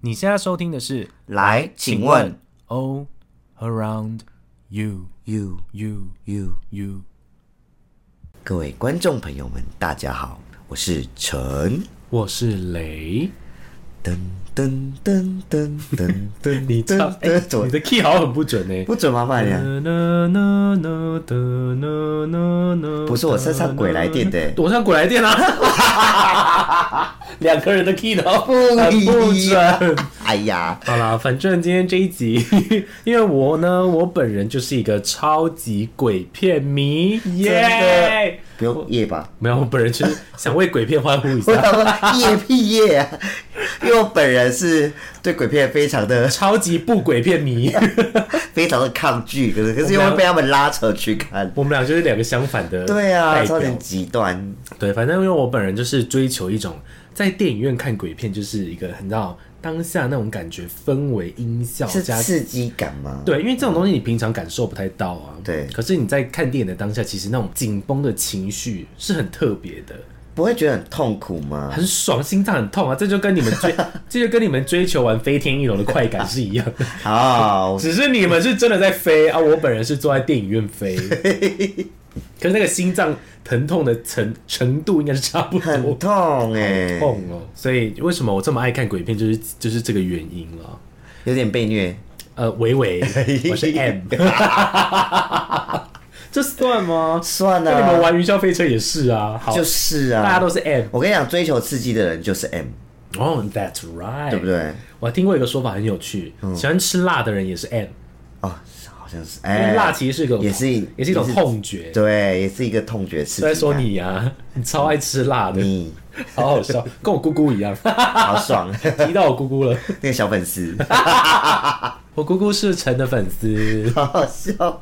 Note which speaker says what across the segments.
Speaker 1: 你现在收听的是，
Speaker 2: 来，请问
Speaker 1: All Around You
Speaker 2: you
Speaker 1: You
Speaker 2: you，
Speaker 1: You。
Speaker 2: 各位观众朋友们，大家好，我是陈。
Speaker 1: 我是雷，
Speaker 2: 噔噔噔噔噔噔，
Speaker 1: 你唱，哎
Speaker 2: 噔怎么
Speaker 1: 你的 key 好像很不准哎、
Speaker 2: 不准麻烦呀？不
Speaker 1: 不
Speaker 2: 是我是唱鬼来电的欸
Speaker 1: 我唱鬼来电啊！两个人的 key 都不
Speaker 2: 一样
Speaker 1: 不准。
Speaker 2: 哎呀，
Speaker 1: 好啦，反正今天这一集，因为我呢，我本人就是一个超级鬼片迷，耶！
Speaker 2: 不用夜吧？
Speaker 1: 没有，我本人就是想为鬼片欢呼一
Speaker 2: 我
Speaker 1: 下。
Speaker 2: 想说夜屁夜啊，因为我本人是对鬼片非常 的
Speaker 1: 超级不鬼片 迷，
Speaker 2: 非常的抗拒，可是可是又
Speaker 1: 我们
Speaker 2: 会
Speaker 1: 要
Speaker 2: 被他们拉扯去看。
Speaker 1: 我们俩就是两个相反的
Speaker 2: 对啊，
Speaker 1: 代表
Speaker 2: 超级极端。
Speaker 1: 对，反正因为我本人就是追求一种在电影院看鬼片，就是一个很到当下那种感觉，氛围、音效
Speaker 2: 是
Speaker 1: 加。
Speaker 2: 刺激感吗？，
Speaker 1: 对，因为这种东西你平常感受不太到啊。
Speaker 2: 对
Speaker 1: 可是你在看电影的当下，其实那种紧绷的情绪是很特别的，
Speaker 2: 不会觉得很痛苦吗？
Speaker 1: 很爽，心脏很痛啊。这就跟你们 追，这就跟你们追求完飞天翼龙的快感是一样的，
Speaker 2: 好，
Speaker 1: 只是你们是真的在飞啊，我本人是坐在电影院 飞。可是那个心脏疼痛的程程度应该是差不多
Speaker 2: 很痛哎，
Speaker 1: 痛哦。所以为什么我这么爱看鬼片，就是就是这个原因了。
Speaker 2: 有点被虐。
Speaker 1: 呃，维 维，我是 M，这算吗？
Speaker 2: 算
Speaker 1: 那你们
Speaker 2: 啊，
Speaker 1: 玩云霄飞车也是啊，好，
Speaker 2: 就是啊，
Speaker 1: 大家都是 M。
Speaker 2: 我跟你讲，追求刺激的人就是 M，
Speaker 1: 哦、oh,，That's right，
Speaker 2: 对不？嗯对？
Speaker 1: 我还听过一个说法很有趣，喜欢吃辣的人也是 M，
Speaker 2: 哦，好像是，
Speaker 1: 因为
Speaker 2: 哎，
Speaker 1: 辣其实是一个
Speaker 2: 也是一
Speaker 1: 也是一种
Speaker 2: 也是
Speaker 1: 痛觉。
Speaker 2: 对，也是一个痛觉刺激
Speaker 1: 都
Speaker 2: 感。
Speaker 1: 在说你呀、啊你超爱吃辣的，
Speaker 2: 你
Speaker 1: 好好笑，跟我姑姑一样，
Speaker 2: 好爽，
Speaker 1: 提到我姑姑了。
Speaker 2: 那个小 粉丝，
Speaker 1: 我姑姑是陈的粉 丝，
Speaker 2: 好好笑，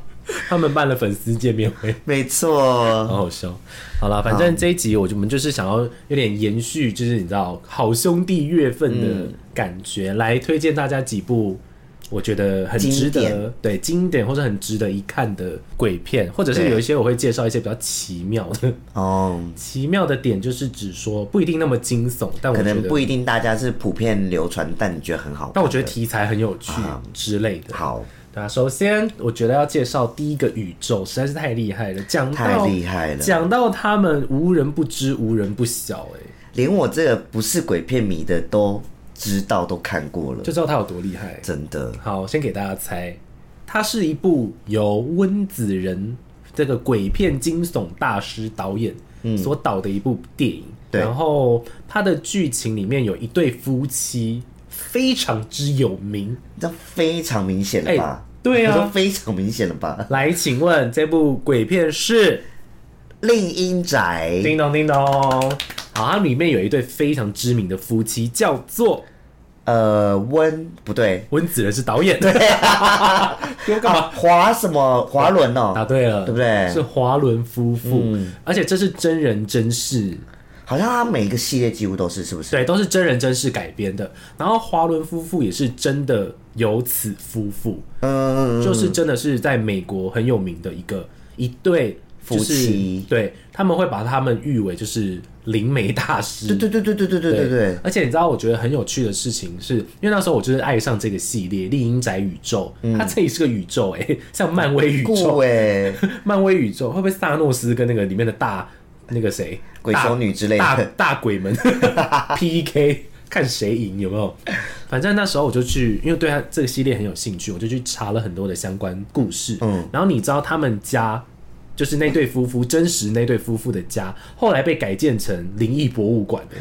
Speaker 1: 他们办了粉丝见面会。
Speaker 2: 没错，
Speaker 1: 好好笑。好啦，反正这一集我就我们就是想要有点延续，就是你知道好兄弟月份的感觉，来推荐大家几部我觉得很值
Speaker 2: 经
Speaker 1: 得
Speaker 2: 典
Speaker 1: 对经典或者很值得一看的鬼片，或者是
Speaker 2: 对
Speaker 1: 有一些我会介绍一些比较奇妙的。
Speaker 2: 哦。
Speaker 1: 奇妙的点就是指说不一定那么惊悚，但我
Speaker 2: 可
Speaker 1: 觉
Speaker 2: 能
Speaker 1: 得
Speaker 2: 不一定大家是普遍流传，但你觉得很好看的。
Speaker 1: 但我觉得题材很有趣之类的。
Speaker 2: 好，
Speaker 1: 对啊，首先我觉得要介绍第一个宇宙实在是太厉害了，讲到
Speaker 2: 太厉害了
Speaker 1: 讲到他们无人不知无人不晓、哎，
Speaker 2: 连我这个不是鬼片迷的都知道，都看过了
Speaker 1: 就，知道他有多厉害。
Speaker 2: 真的。
Speaker 1: 好，先给大家猜，它是一部由温子仁这个鬼片惊悚大师导演所导的一部电影。
Speaker 2: 嗯对
Speaker 1: 然后它的剧情里面有一对夫妻非常之有名。
Speaker 2: 这非常明显了吧？
Speaker 1: 哎对啊
Speaker 2: 我说非常明显了吧？
Speaker 1: 来，请问这部鬼片是？
Speaker 2: 令英宅
Speaker 1: 叮咚叮咚。好，它里面有一对非常知名的夫妻，叫做
Speaker 2: 呃温不对，
Speaker 1: 温子仁是导演，对， 又干嘛？
Speaker 2: 华什么华伦
Speaker 1: 答
Speaker 2: 哦，
Speaker 1: 对了，
Speaker 2: 对不对嗯
Speaker 1: 是华伦夫妇，而且这是真人真事，
Speaker 2: 好像他每一个系列几乎都是，是不是？
Speaker 1: 对，都是真人真事改编的。然后华伦夫妇也是真的有此夫妇，
Speaker 2: 嗯，
Speaker 1: 就是真的是在美国很有名的一个一对
Speaker 2: 夫
Speaker 1: 就是
Speaker 2: 妻
Speaker 1: 对他们会把他们誉为就是灵媒大师，
Speaker 2: 对对对对对对对对对，
Speaker 1: 而且你知道，我觉得很有趣的事情是，因为那时候我就是爱上这个系列《丽英宅宇宙》它这里是个宇宙哎、 像漫威宇
Speaker 2: 嗯顾
Speaker 1: 宙，
Speaker 2: 伟
Speaker 1: 漫威宇宙会不会萨诺斯跟那个里面的大那个谁
Speaker 2: 鬼
Speaker 1: 大
Speaker 2: 修女之类的
Speaker 1: 大大鬼 们 PK 看谁赢有没有？反正那时候我就去，因为对他这个系列很有兴趣，我就去查了很多的相关故事。
Speaker 2: 嗯
Speaker 1: 嗯，然后你知道他们家。就是那对夫妇，真实那对夫妇的家，后来被改建成灵异博物馆、欸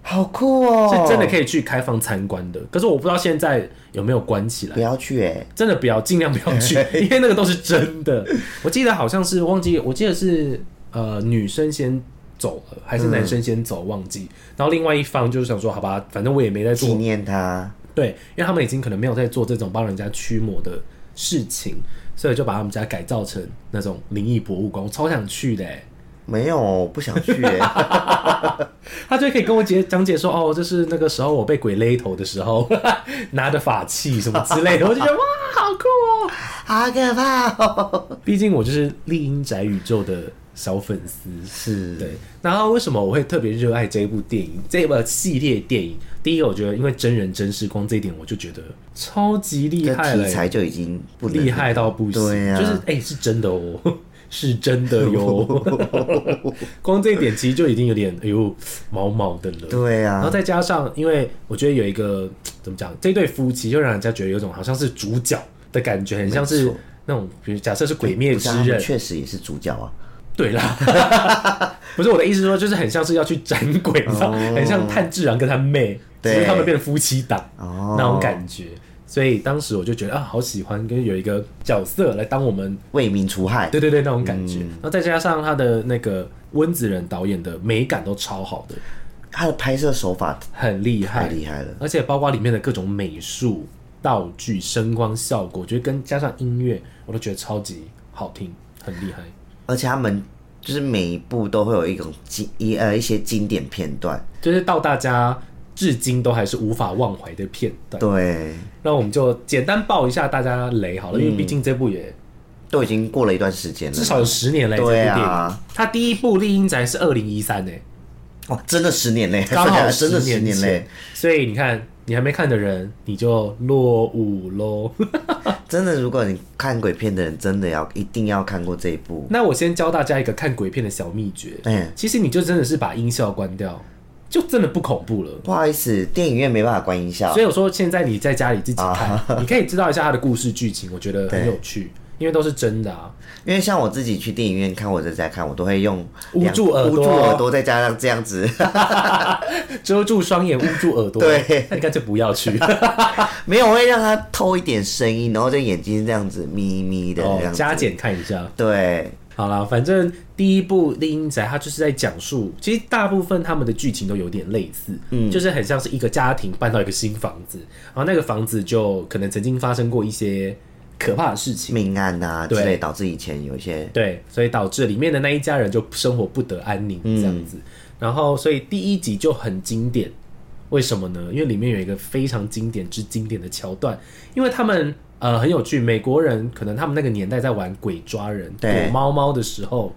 Speaker 2: 好酷哦，
Speaker 1: 是真的可
Speaker 2: 以
Speaker 1: 以去开放参观的。可是我不知道现在有没有关起
Speaker 2: 不
Speaker 1: 来，
Speaker 2: 要去哎，
Speaker 1: 真的不要，尽量不要去，因为那个都是真的。我记得好像是忘记，我记得是呃女生先。走了还是男生先走，忘记。然后另外一方就是想说，好吧，反正我也没在
Speaker 2: 纪
Speaker 1: 做，
Speaker 2: 念他，
Speaker 1: 对，因为他们已经可能没有在做这种帮人家驱魔的事情，所以就把他们家改造成那种灵异博物馆。我超想去的、欸，
Speaker 2: 没有，我不想去哎，
Speaker 1: 他就可以跟我解讲解说，哦，这是那个时候我被鬼勒头的时候 拿的法器什么之 类的，我就觉得哇，好酷哦！
Speaker 2: 好可怕哦，
Speaker 1: 毕竟我就是丽英宅宇宙的小粉丝。
Speaker 2: 是，
Speaker 1: 对，然后为什么我会特别热爱这一部电影这个系列电影？第一个，我觉得因为真人真事，光这一点我就觉得超级厉
Speaker 2: 这
Speaker 1: 害了
Speaker 2: 题
Speaker 1: 欸，
Speaker 2: 材就已经不能
Speaker 1: 厉害到不行，
Speaker 2: 对啊呀
Speaker 1: 就是哎、是真的哦，是真的 哟。光这一点其实就已经有点哎呦毛毛的了。
Speaker 2: 对
Speaker 1: 然后
Speaker 2: 啊，
Speaker 1: 再加上，因为我觉得有一个怎么讲，这对夫妻就让人家觉得有种好像是主角的感觉，很像是
Speaker 2: 没错
Speaker 1: 那种，比如假设是《鬼灭
Speaker 2: 不是
Speaker 1: 之
Speaker 2: 他
Speaker 1: 刃
Speaker 2: 们》，确实也是主角啊，
Speaker 1: 对啦， 不是我的意思是说，就是很像是要去斩鬼，你知道，很像炭治郎跟他妹，只
Speaker 2: 哦对
Speaker 1: 是他们变成夫妻档
Speaker 2: 哦
Speaker 1: 那种感觉。所以当时我就觉得啊，好喜欢跟有一个角色来当我们
Speaker 2: 为民除害。
Speaker 1: 对对对那种感
Speaker 2: 嗯
Speaker 1: 觉，然后再加上他的那个温子仁导演的美感都超好的，
Speaker 2: 他的拍摄手法
Speaker 1: 很厉
Speaker 2: 太
Speaker 1: 害，
Speaker 2: 厉害了，
Speaker 1: 而且包括里面的各种美术、道具、声光效果，我觉得跟加上音乐，我都觉得超级好听，很厉害。
Speaker 2: 而且他们就是每一部都会有一种经一呃一些经典片段。
Speaker 1: 就是到大家至今都还是无法忘怀的片段。
Speaker 2: 对，
Speaker 1: 那我们就简单爆一下大家雷
Speaker 2: 嗯
Speaker 1: 好了，因为毕竟这部也
Speaker 2: 都已经过了一段时间了，
Speaker 1: 至少有十年嘞、这部
Speaker 2: 对
Speaker 1: 电
Speaker 2: 啊
Speaker 1: 影，它第一部《丽英宅》是二零一三呢，
Speaker 2: 哦，真的十年嘞，
Speaker 1: 刚
Speaker 2: 算起
Speaker 1: 好
Speaker 2: 来真的十
Speaker 1: 年
Speaker 2: 年
Speaker 1: 前
Speaker 2: 嘞，。
Speaker 1: 所以你看，你还没看的人，你就落伍喽。
Speaker 2: 真的，如果你看鬼片的人，真的要一定要看过这一部。
Speaker 1: 那我先教大家一个看鬼片的小秘诀。
Speaker 2: 嗯，
Speaker 1: 其实你就真的是把音效关掉，就真的不恐怖了。
Speaker 2: 不好意思，电影院没办法关音效
Speaker 1: 所，以我说，现在你在家里自己看，你可以知道一下它的故事剧情，我觉得很
Speaker 2: 啊对
Speaker 1: 有趣，因为都是真的啊。
Speaker 2: 因为像我自己去电影院看，我在家看，我都会用
Speaker 1: 捂
Speaker 2: 两
Speaker 1: 住耳朵
Speaker 2: 捂住耳朵，再加上这样子，
Speaker 1: 遮住双眼，捂住耳朵。
Speaker 2: 对，
Speaker 1: 那你干脆不要 去
Speaker 2: 没有，我会让它偷一点声音，然后这眼睛这样子眯眯的这
Speaker 1: 哦
Speaker 2: 样，子。
Speaker 1: 加减看一下。
Speaker 2: 对，
Speaker 1: 好啦，反正第一部《丽英宅》它就是在讲述，其实大部分他们的剧情都有点类似，嗯，就是很像是一个家庭搬到一个新房子，然后那个房子就可能曾经发生过一些可怕的事情，
Speaker 2: 命案啊之
Speaker 1: 对
Speaker 2: 类，导致以前有一些
Speaker 1: 对，所以导致里面的那一家人就生活不得安宁这样子。然后，所以第一集就很经典，为什么呢？因为里面有一个非常经典之经典的桥段，因为他们呃很有趣，美国人可能他们那个年代在玩鬼抓人、
Speaker 2: 对
Speaker 1: 躲猫猫的时候，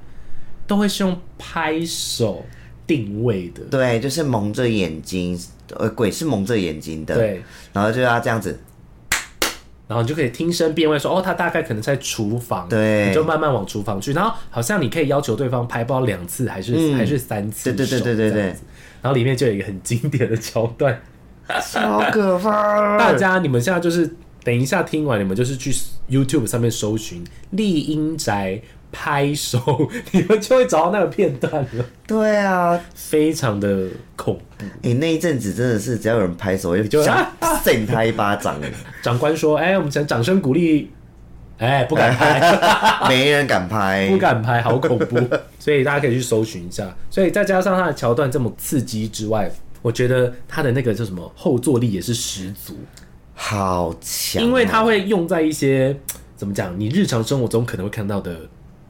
Speaker 1: 都会是用拍手定位的。
Speaker 2: 对，就是蒙着眼睛，呃，鬼是蒙着眼睛的，，
Speaker 1: 对，
Speaker 2: 然后就要这样子，
Speaker 1: 然后你就可以听声辨位说，哦，他大概可能在厨房，
Speaker 2: 对
Speaker 1: 你就慢慢往厨房去。然后好像你可以要求对方拍包两次，还是、还是三次
Speaker 2: 嗯对
Speaker 1: 手，
Speaker 2: 对对对对
Speaker 1: 这
Speaker 2: 对
Speaker 1: 样子。然后里面就有一个很经典的桥 段，
Speaker 2: 好可怕！
Speaker 1: 大家你们现在就是等一下听完，你们就是去 YouTube 上面搜寻丽英宅拍手， 你们就会找到那个片段了，
Speaker 2: 对啊，
Speaker 1: 非常的恐怖。
Speaker 2: 你、那一阵子真的是，只要有人拍手，我就
Speaker 1: 就啊
Speaker 2: 想扇他一巴掌， 哎，
Speaker 1: 长官说：“哎、我们想掌声鼓励。”哎，不敢拍。
Speaker 2: 没人敢拍
Speaker 1: 不。敢拍，好恐怖。所以大家可以去搜寻一下。所以再加上它的桥段这么刺激之外，我觉得它的那个叫什么后坐力也是十足，
Speaker 2: 好强哦、
Speaker 1: 因为它会用在一些怎么讲，你日常生活中可能会看到的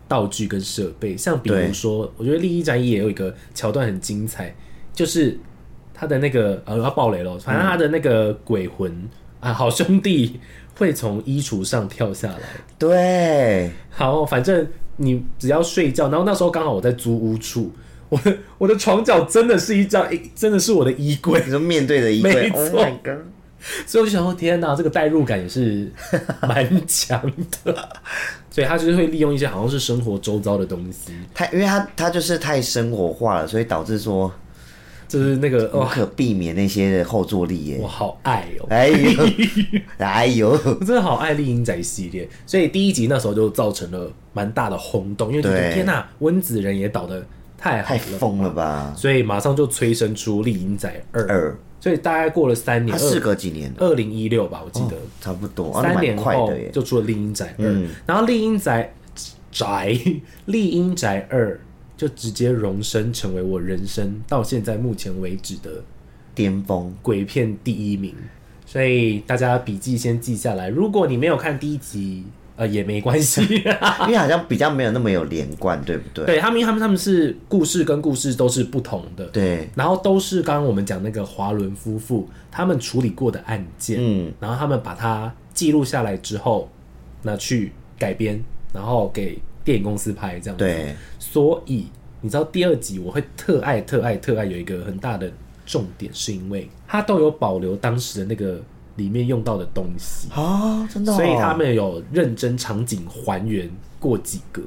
Speaker 1: 道具跟设备，像比如
Speaker 2: 对
Speaker 1: 说，我觉得《利益战役》也有一个桥段很精彩，就是他的那个呃，要爆雷了，反正他的那个鬼魂、啊，好兄弟会从衣橱上跳下来。
Speaker 2: 对，
Speaker 1: 好，反正你只要睡觉，然后那时候刚好我在租屋处， 我的我的床角真的是一张，诶真的是我的衣柜，
Speaker 2: 你说面对着衣柜
Speaker 1: 没错
Speaker 2: ，Oh my god！
Speaker 1: 所以我就想说，天哪，这个代入感也是蛮强的。所以他就是会利用一些好像是生活周遭的东西，
Speaker 2: 他因为他他就是太生活化了，所以导致说
Speaker 1: 就是那个
Speaker 2: 无
Speaker 1: 哦，
Speaker 2: 可避免那些的后坐力
Speaker 1: 我
Speaker 2: 耶。
Speaker 1: 好爱哦，
Speaker 2: 哎 呦，哎呦，
Speaker 1: 我真的好爱丽英仔系列，所以第一集那时候就造成了蛮大的轰动，因为觉得
Speaker 2: 对
Speaker 1: 天哪，温子仁也导的太好
Speaker 2: 太
Speaker 1: 了，
Speaker 2: 疯了吧！
Speaker 1: 所以马上就催生出《丽英仔二》，
Speaker 2: 二，
Speaker 1: 所以大概过了三年，
Speaker 2: 他
Speaker 1: 二
Speaker 2: 事隔几年，
Speaker 1: 二零一六吧，我记得、
Speaker 2: 差不多，啊
Speaker 1: 三
Speaker 2: 那蛮
Speaker 1: 年
Speaker 2: 快
Speaker 1: 后
Speaker 2: 的耶。嗯
Speaker 1: 就出了《丽英宅二》然后《丽英宅宅》《丽英宅二》就直接荣升成为我人生到现在目前为止的
Speaker 2: 巅峰，
Speaker 1: 鬼片第一名，所以大家笔记先记下来。如果你没有看第一集，呃，也没关 系。
Speaker 2: 因为好像比较没有那么有连贯，对不对？
Speaker 1: 对他们，因为他们他们是故事跟故事都是不同的，
Speaker 2: 对，
Speaker 1: 然后都是刚刚我们讲那个华伦夫妇他们处理过的案件，
Speaker 2: 嗯，
Speaker 1: 然后他们把它记录下来之后，拿去改编，然后给电影公司拍这样子。
Speaker 2: 对，
Speaker 1: 所以你知道第二集我会特爱特爱特爱有一个很大的重点，是因为它都有保留当时的那个里面用到的东西，
Speaker 2: 啊，真的哦，
Speaker 1: 所以他们有认真场景还原过几个，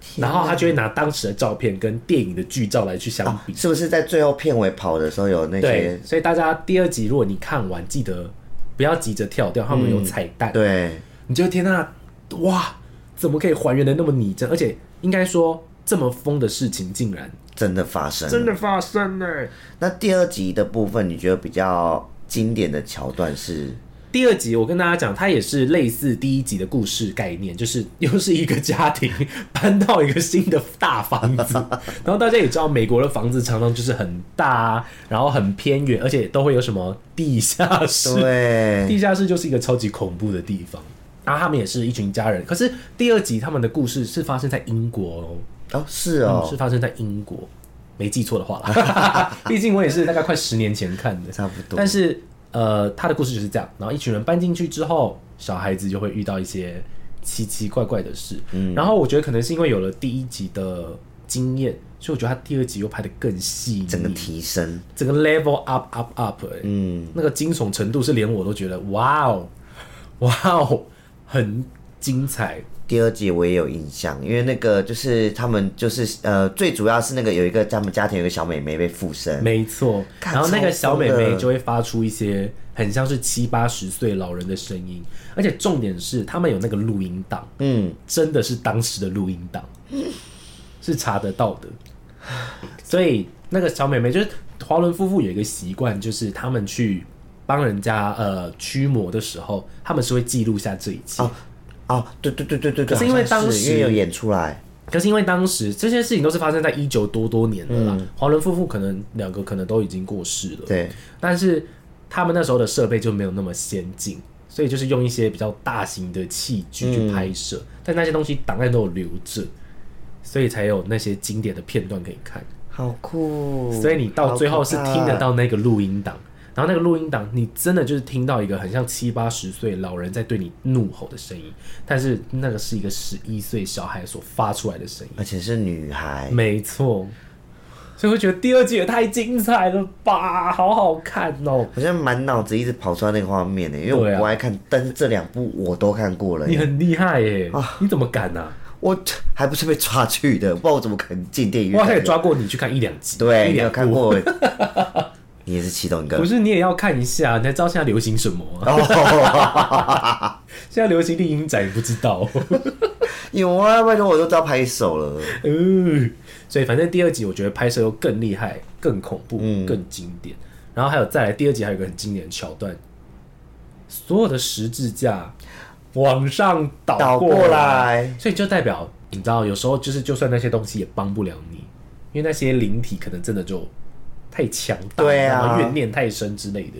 Speaker 2: 天
Speaker 1: 然后他
Speaker 2: 哪
Speaker 1: 就会拿当时的照片跟电影的剧照来去相比。
Speaker 2: 是不是在最后片尾跑的时候有那
Speaker 1: 对
Speaker 2: 些，？
Speaker 1: 所以大家第二集如果你看完，记得不要急着跳掉，他们有彩蛋。
Speaker 2: 对，
Speaker 1: 你就会天呐，哇，怎么可以还原的那么拟真？而且应该说这么疯的事情竟然
Speaker 2: 真的发生。
Speaker 1: 的发生呢、
Speaker 2: 那第二集的部分，你觉得比较经典的桥段是？
Speaker 1: 第二集我跟大家讲，它也是类似第一集的故事概念，就是又是一个家庭搬到一个新的大房 子，然后大家也知道美国的房子常常就是很大、啊，然后很偏远，而且都会有什么地下室
Speaker 2: 对
Speaker 1: 地，下室就是一个超级恐怖的地方。然后他们也是一群家人，可是第二集他们的故事是发生在英国哦，
Speaker 2: 哦，是
Speaker 1: 嗯
Speaker 2: 哦，
Speaker 1: 是发生在英国，没记错的话 啦。毕竟我也是大概快十年前看的，
Speaker 2: 差不多
Speaker 1: 但是呃，他的故事就是这样，然后一群人搬进去之后，小孩子就会遇到一些奇奇怪怪的事。
Speaker 2: 嗯
Speaker 1: 然后我觉得可能是因为有了第一集的经验，所以我觉得他第二集又拍的更细腻，
Speaker 2: 整个提升，
Speaker 1: 整个 level up up up，、欸、嗯，那个惊悚程度是连我都觉得哇哦，哇哦，很精彩。
Speaker 2: 第二季我也有印象，因为那个就是他们就是呃，最主要是那个有一个他们家庭有一个小美眉被附身，
Speaker 1: 没 错，
Speaker 2: 干
Speaker 1: 然后那个小美
Speaker 2: 超疯
Speaker 1: 眉
Speaker 2: 的
Speaker 1: 就会发出一些很像是七八十岁老人的声音，而且重点是他们有那个录音档，
Speaker 2: 嗯，
Speaker 1: 真的是当时的录音档，是查得到的。所以那个小美眉就是华伦夫妇有一个习惯，就是他们去帮人家呃驱魔的时候，他们是会记录下这一切。
Speaker 2: 哦哦，对对对对对
Speaker 1: 可
Speaker 2: 对，
Speaker 1: 是因为
Speaker 2: 好像
Speaker 1: 当
Speaker 2: 因
Speaker 1: 时
Speaker 2: 为有演出来，
Speaker 1: 可是因为当时这些事情都是发生在一九多多年的啦，
Speaker 2: 嗯
Speaker 1: 华伦夫妇可能两个可能都已经过世了。
Speaker 2: 对，
Speaker 1: 但是他们那时候的设备就没有那么先进，所以就是用一些比较大型的器具去拍摄，但那些东西档案都有留着，所以才有那些经典的片段可以看。
Speaker 2: 好酷，
Speaker 1: 所以你到最后是
Speaker 2: 好可怕
Speaker 1: 听得，到那个录音档，然后那个录音档你真的就是听到一个很像七八十岁老人在对你怒吼的声音，但是那个是一个十一岁小孩所发出来的声音。
Speaker 2: 而且是女孩，
Speaker 1: 没错，所以我觉得第二季也太精彩了吧，好好看哦！
Speaker 2: 好像满脑子一直跑出来那个画面欸呢，因为
Speaker 1: 对
Speaker 2: 我
Speaker 1: 啊
Speaker 2: 不爱看，但是这两部我都看过了耶，
Speaker 1: 你很厉害耶！你怎么敢呢、啊？
Speaker 2: 我 还不是被抓去的，不知道我怎么可能进电影
Speaker 1: 我
Speaker 2: 院
Speaker 1: 好
Speaker 2: 看
Speaker 1: 像
Speaker 2: 的。
Speaker 1: 也抓过你去看一两集，
Speaker 2: 对，
Speaker 1: 一
Speaker 2: 你有
Speaker 1: 两
Speaker 2: 看
Speaker 1: 部。
Speaker 2: 过？ 你也是其中一个
Speaker 1: 不。是，你也要看一下，你才知道现在流行什么啊、
Speaker 2: 哦
Speaker 1: 现在流行丽英仔，你不知 道。
Speaker 2: 有啊，拜托我都知道拍手了。
Speaker 1: 嗯，所以反正第二集我觉得拍摄又更厉害、更恐怖、更经典。然后还有再来第二集还有一个很经典的桥段，所有的十字架往上倒
Speaker 2: 倒
Speaker 1: 过
Speaker 2: 过
Speaker 1: 来
Speaker 2: 来，
Speaker 1: 所以就代表你知道，有时候就是就算那些东西也帮不了你，因为那些灵体可能真的就太强大，
Speaker 2: 对啊
Speaker 1: 然后怨念太深之类的，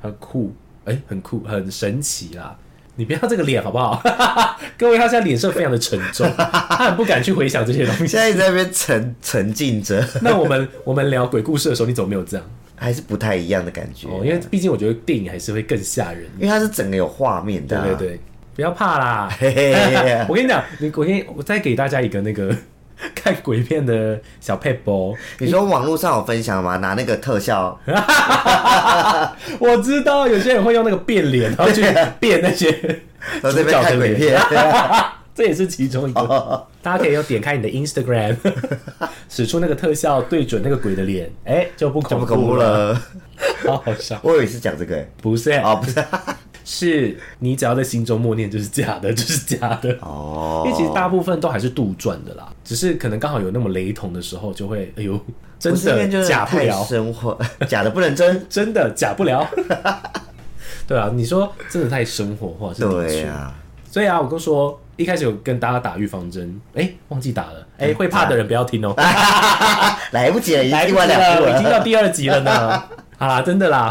Speaker 1: 很酷，哎、很酷，很神奇啦。你不要这个脸好不好？ 各位，他现在脸色非常的沉重，他很不敢去回想这些东西。
Speaker 2: 现在一直在那边沉沉浸着，
Speaker 1: 那我们我们聊鬼故事的时候，你怎么没有这样？
Speaker 2: 还是不太一样的感觉。
Speaker 1: 哦，因为毕竟我觉得电影还是会更吓人。
Speaker 2: 因为它是整个有画面的、
Speaker 1: 对
Speaker 2: 啊。
Speaker 1: 对对，不要怕啦！
Speaker 2: 嘿嘿嘿
Speaker 1: 我跟你讲，你我先我再给大家一个那个 看鬼片的小 p e p
Speaker 2: 你说网络上有分享吗？拿那个特效，
Speaker 1: 我知道有些人会用那个变脸，然后去变那些
Speaker 2: 啊然后这
Speaker 1: 主
Speaker 2: 边
Speaker 1: 角的
Speaker 2: 看鬼
Speaker 1: 脸，
Speaker 2: 片。哦
Speaker 1: 这也是其中一个。大家可以有点开你的 Instagram，使出那个特效对准那个鬼的脸，哎，就不
Speaker 2: 这
Speaker 1: 恐
Speaker 2: 么恐怖
Speaker 1: 了，
Speaker 2: 了，
Speaker 1: 好好笑。
Speaker 2: 我以为是讲这个、欸，
Speaker 1: 不是，
Speaker 2: 哦，不是，
Speaker 1: 是你只要在心中默念，就是假的，就是假的。
Speaker 2: 哦，
Speaker 1: 因为其实大部分都还是杜撰的啦，只是可能刚好有那么雷同的时候，就会哎呦，真
Speaker 2: 不是因为就
Speaker 1: 的
Speaker 2: 是
Speaker 1: 假不
Speaker 2: 太
Speaker 1: 了，
Speaker 2: 生活，假的不能真，
Speaker 1: 真的假不了。 对啊，你说 真的太生活化是的
Speaker 2: 对
Speaker 1: 确，
Speaker 2: 呀、
Speaker 1: 所以啊，我跟说一开始有跟大家打预防针，哎、忘记打了，
Speaker 2: 嗯
Speaker 1: 哎、会怕的人不要 听哦、
Speaker 2: 来不及了，已经
Speaker 1: 来不
Speaker 2: 听
Speaker 1: 及
Speaker 2: 完两部啊
Speaker 1: 了，已经
Speaker 2: 了。
Speaker 1: 到第二集了 呢。好啦，真的啦，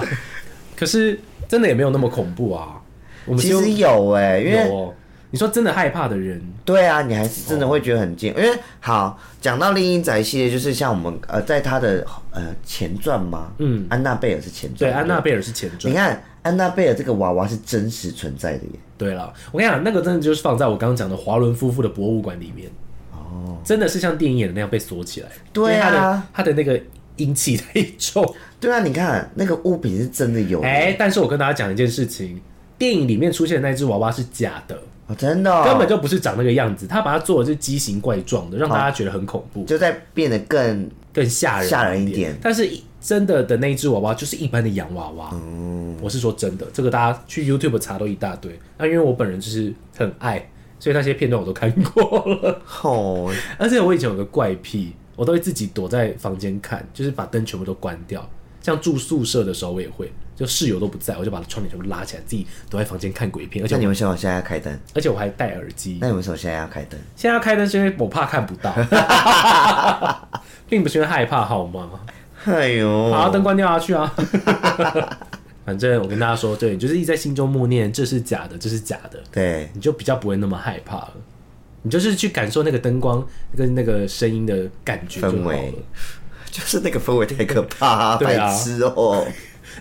Speaker 1: 可是真的也没有那么恐怖啊。我们
Speaker 2: 其
Speaker 1: 就
Speaker 2: 实有哎、
Speaker 1: 有
Speaker 2: 因为
Speaker 1: 哦、你说真的害怕的人，
Speaker 2: 对啊，你还是真的会觉得很近，因为好讲到《丽英宅》系列，就是像我们呃，在它的呃前传吗？
Speaker 1: 嗯
Speaker 2: 安娜贝尔是前
Speaker 1: 对，
Speaker 2: 传，
Speaker 1: 安娜贝尔是前传
Speaker 2: 你。看安娜贝尔这个娃娃是真实存在的耶，
Speaker 1: 对了，我跟你讲，那个真的就是放在我刚刚讲的华伦夫妇的博物馆里面，真的是像电影演的那样被锁起来。
Speaker 2: 哦对
Speaker 1: 因
Speaker 2: 啊
Speaker 1: 为他的他的那个阴气太重。
Speaker 2: 对啊，你看那个物品是真的有的，
Speaker 1: 哎、但是我跟大家讲一件事情，电影里面出现的那只娃娃是假的，
Speaker 2: 哦，真的哦、
Speaker 1: 根本就不是长那个样子，他把它做的是畸形怪状的，让大家觉得很恐怖，
Speaker 2: 就在变得更
Speaker 1: 更吓人
Speaker 2: 吓人一
Speaker 1: 一
Speaker 2: 点。
Speaker 1: 但是真的的那一只娃娃就是一般的洋娃娃，
Speaker 2: 嗯
Speaker 1: 我是说真的，这个大家去 YouTube 查都一大堆。那因为我本人就是很爱，所以那些片段我都看过了。
Speaker 2: 哦，
Speaker 1: 而且我以前有个怪癖，我都会自己躲在房间看，就是把灯全部都关掉。像住宿舍的时候，我也会，就室友都不在，我就把窗帘全部拉起来，自己躲在房间看鬼片，而
Speaker 2: 那
Speaker 1: 且
Speaker 2: 你为什么现在要开灯？
Speaker 1: 而且我还戴耳机。
Speaker 2: 那你为什么现在要开灯？
Speaker 1: 现在要开灯是因为我怕看不 到，并不是因为害怕，好吗？
Speaker 2: 哎呦，
Speaker 1: 好，灯关掉啊，去 啊！反正我跟大家说，对，你就是一直在心中默念这是假的，这是假的，
Speaker 2: 对，
Speaker 1: 你就比较不会那么害怕了。你就是去感受那个灯光跟那个声音的感觉就
Speaker 2: 氛
Speaker 1: 好了
Speaker 2: 围。就是那个氛围太可怕，
Speaker 1: 对啊
Speaker 2: 白痴哦。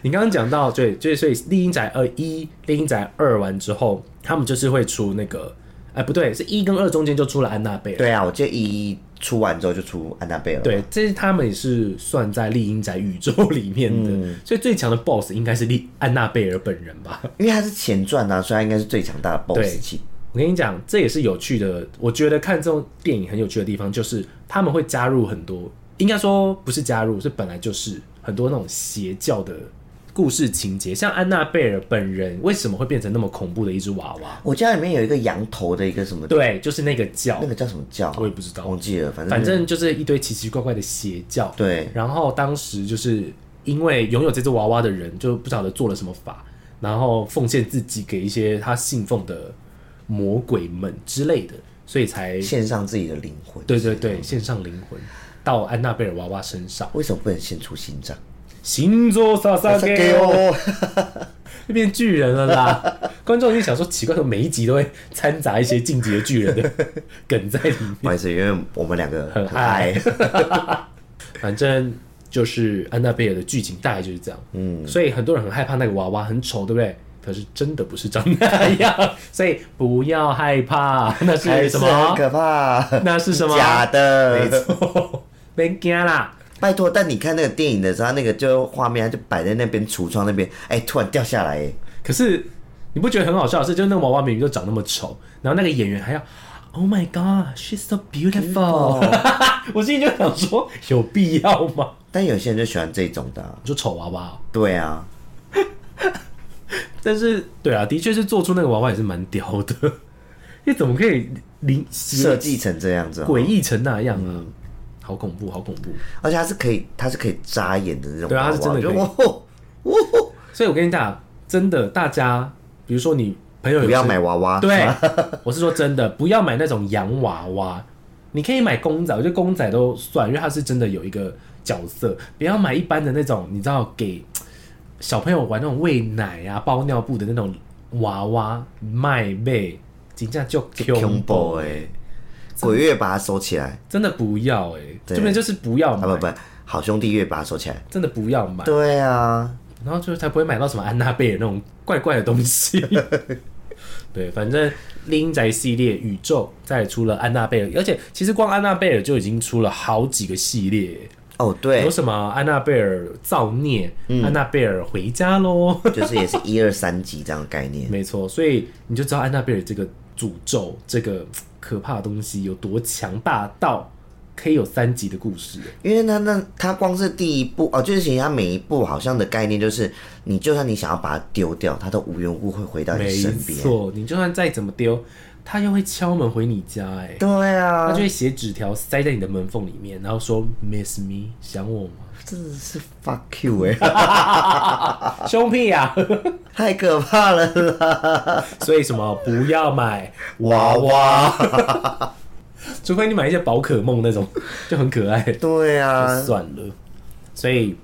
Speaker 1: 你刚刚讲到，对，就是所以《丽英宅二》一，《丽英宅二》完之后，他们就是会出那个，哎，不对，是一跟二中间就出了安娜贝尔。
Speaker 2: 对啊，我记得一出完之后就出安娜贝尔。，
Speaker 1: 对，这是他们也是算在丽英宅宇宙里面的，所以最强的 BOSS 应该是丽安娜贝尔本人吧？
Speaker 2: 因为它是前传啊，所以它应该是最强大的
Speaker 1: 对
Speaker 2: BOSS 期。
Speaker 1: 我跟你讲，这也是有趣的。我觉得看这种电影很有趣的地方，就是他们会加入很多，应该说不是加入，是本来就是很多那种邪教的故事情节。像安娜贝尔本人为什么会变成那么恐怖的一只娃娃？
Speaker 2: 我家里面有一个羊头的一个什么，
Speaker 1: 对，就是那个教
Speaker 2: 那，个叫什么教啊？
Speaker 1: 我也不知道
Speaker 2: 忘记了，反正
Speaker 1: 反正就是一堆奇奇怪怪的邪教。
Speaker 2: 对
Speaker 1: 然后当时就是因为拥有这只娃娃的人，就不晓得做了什么法，然后奉献自己给一些他信奉的魔鬼们之类的，所以才
Speaker 2: 献上自己的灵魂。
Speaker 1: 对对对献上灵魂到安娜贝尔娃娃身上。
Speaker 2: 为什么不能献出心脏？
Speaker 1: 行走撒撒给哦，
Speaker 2: 哦，
Speaker 1: 就变巨人了啦！观众就想说，奇怪，怎么每一集都会掺杂一些进击的巨人的 梗在里面？
Speaker 2: 不好意思，因为我们两个
Speaker 1: 很
Speaker 2: 很爱。哎
Speaker 1: 反正就是安娜贝尔的剧情大概就是这样。嗯，所以很多人很害怕那个娃娃很丑，对不对？可是真的不是长那样，所以不要害怕，那
Speaker 2: 还
Speaker 1: 是
Speaker 2: 是
Speaker 1: 什
Speaker 2: 很
Speaker 1: 么？
Speaker 2: 可怕，
Speaker 1: 那是什么？
Speaker 2: 假
Speaker 1: 没
Speaker 2: 的。
Speaker 1: 错， 没惊啦。
Speaker 2: 拜托，但你看那个电影的时候，它那个就画面，它就摆在那边橱窗那边，哎、突然掉下来，哎
Speaker 1: 可是你不觉得很好笑的是，就是那个娃娃明明就长那么丑，然后那个演员还要。Oh my god, she's so beautiful！我 心里就想说，有必要吗？
Speaker 2: 但有些人就喜欢这种的啊、
Speaker 1: 你说丑娃娃哦、
Speaker 2: 对啊，
Speaker 1: 但是对啊，的确是做出那个娃娃也是蛮屌的， 你怎么可以零
Speaker 2: 设计成这样子、
Speaker 1: 诡
Speaker 2: 哦，
Speaker 1: 异成那样啊？
Speaker 2: 嗯
Speaker 1: 好恐怖，好恐怖！
Speaker 2: 而且它是可以，它是可以眨眼的那种
Speaker 1: 对啊
Speaker 2: 娃娃，
Speaker 1: 它是真的
Speaker 2: 就
Speaker 1: 可以
Speaker 2: 哦，哦
Speaker 1: 所以我跟你讲，真的，大家比如说你朋友有
Speaker 2: 不要
Speaker 1: 事
Speaker 2: 买娃娃，
Speaker 1: 对， 我是说真的，不要买那种洋娃娃，你可以买公仔，我觉得公仔都算，因为它是真的有一个角色，不要买一般的那种，你知道给小朋友玩那种喂奶啊、包尿布的那种娃娃，卖呗，真正就
Speaker 2: 恐怖
Speaker 1: 恐
Speaker 2: 哎，鬼月把它收起来，
Speaker 1: 真的不要哎、欸，
Speaker 2: 对
Speaker 1: 这边就是不要
Speaker 2: 啊不
Speaker 1: 买，
Speaker 2: 不，好兄弟月把它收起来，
Speaker 1: 真的不要买，
Speaker 2: 对啊，
Speaker 1: 然后就才不会买到什么安娜贝尔那种怪怪的东西。对，反正《丽英宅》系列宇宙再出了安娜贝尔，而且其实光安娜贝尔就已经出了好几个系列，
Speaker 2: 哦对
Speaker 1: 有，什么安娜贝尔造孽、安娜贝尔回家喽，
Speaker 2: 就是也是一二三级这样的概念，
Speaker 1: 没错，所以你就知道安娜贝尔这个诅咒、这个可怕的东西有多强大到可以有三集的故事。
Speaker 2: 因为它那它光是第一步哦，就是其实它每一步好像的概念就是，你就算你想要把它丢掉，它都无缘无故会回到你
Speaker 1: 没
Speaker 2: 身边，
Speaker 1: 错，你就算再怎么丢，他又会敲门回你家、欸，哎，
Speaker 2: 对
Speaker 1: 他
Speaker 2: 啊
Speaker 1: 就，会写纸条塞在你的门缝里面，然后说 “miss me”，想我吗？
Speaker 2: 真的是 fuck you 哎，啊
Speaker 1: 凶屁呀、
Speaker 2: 太可怕了啦。
Speaker 1: 所以什么不要买，
Speaker 2: 娃娃，
Speaker 1: 除非你买一些宝可梦那种， 就很可爱，
Speaker 2: 对啊，
Speaker 1: 算了。所以《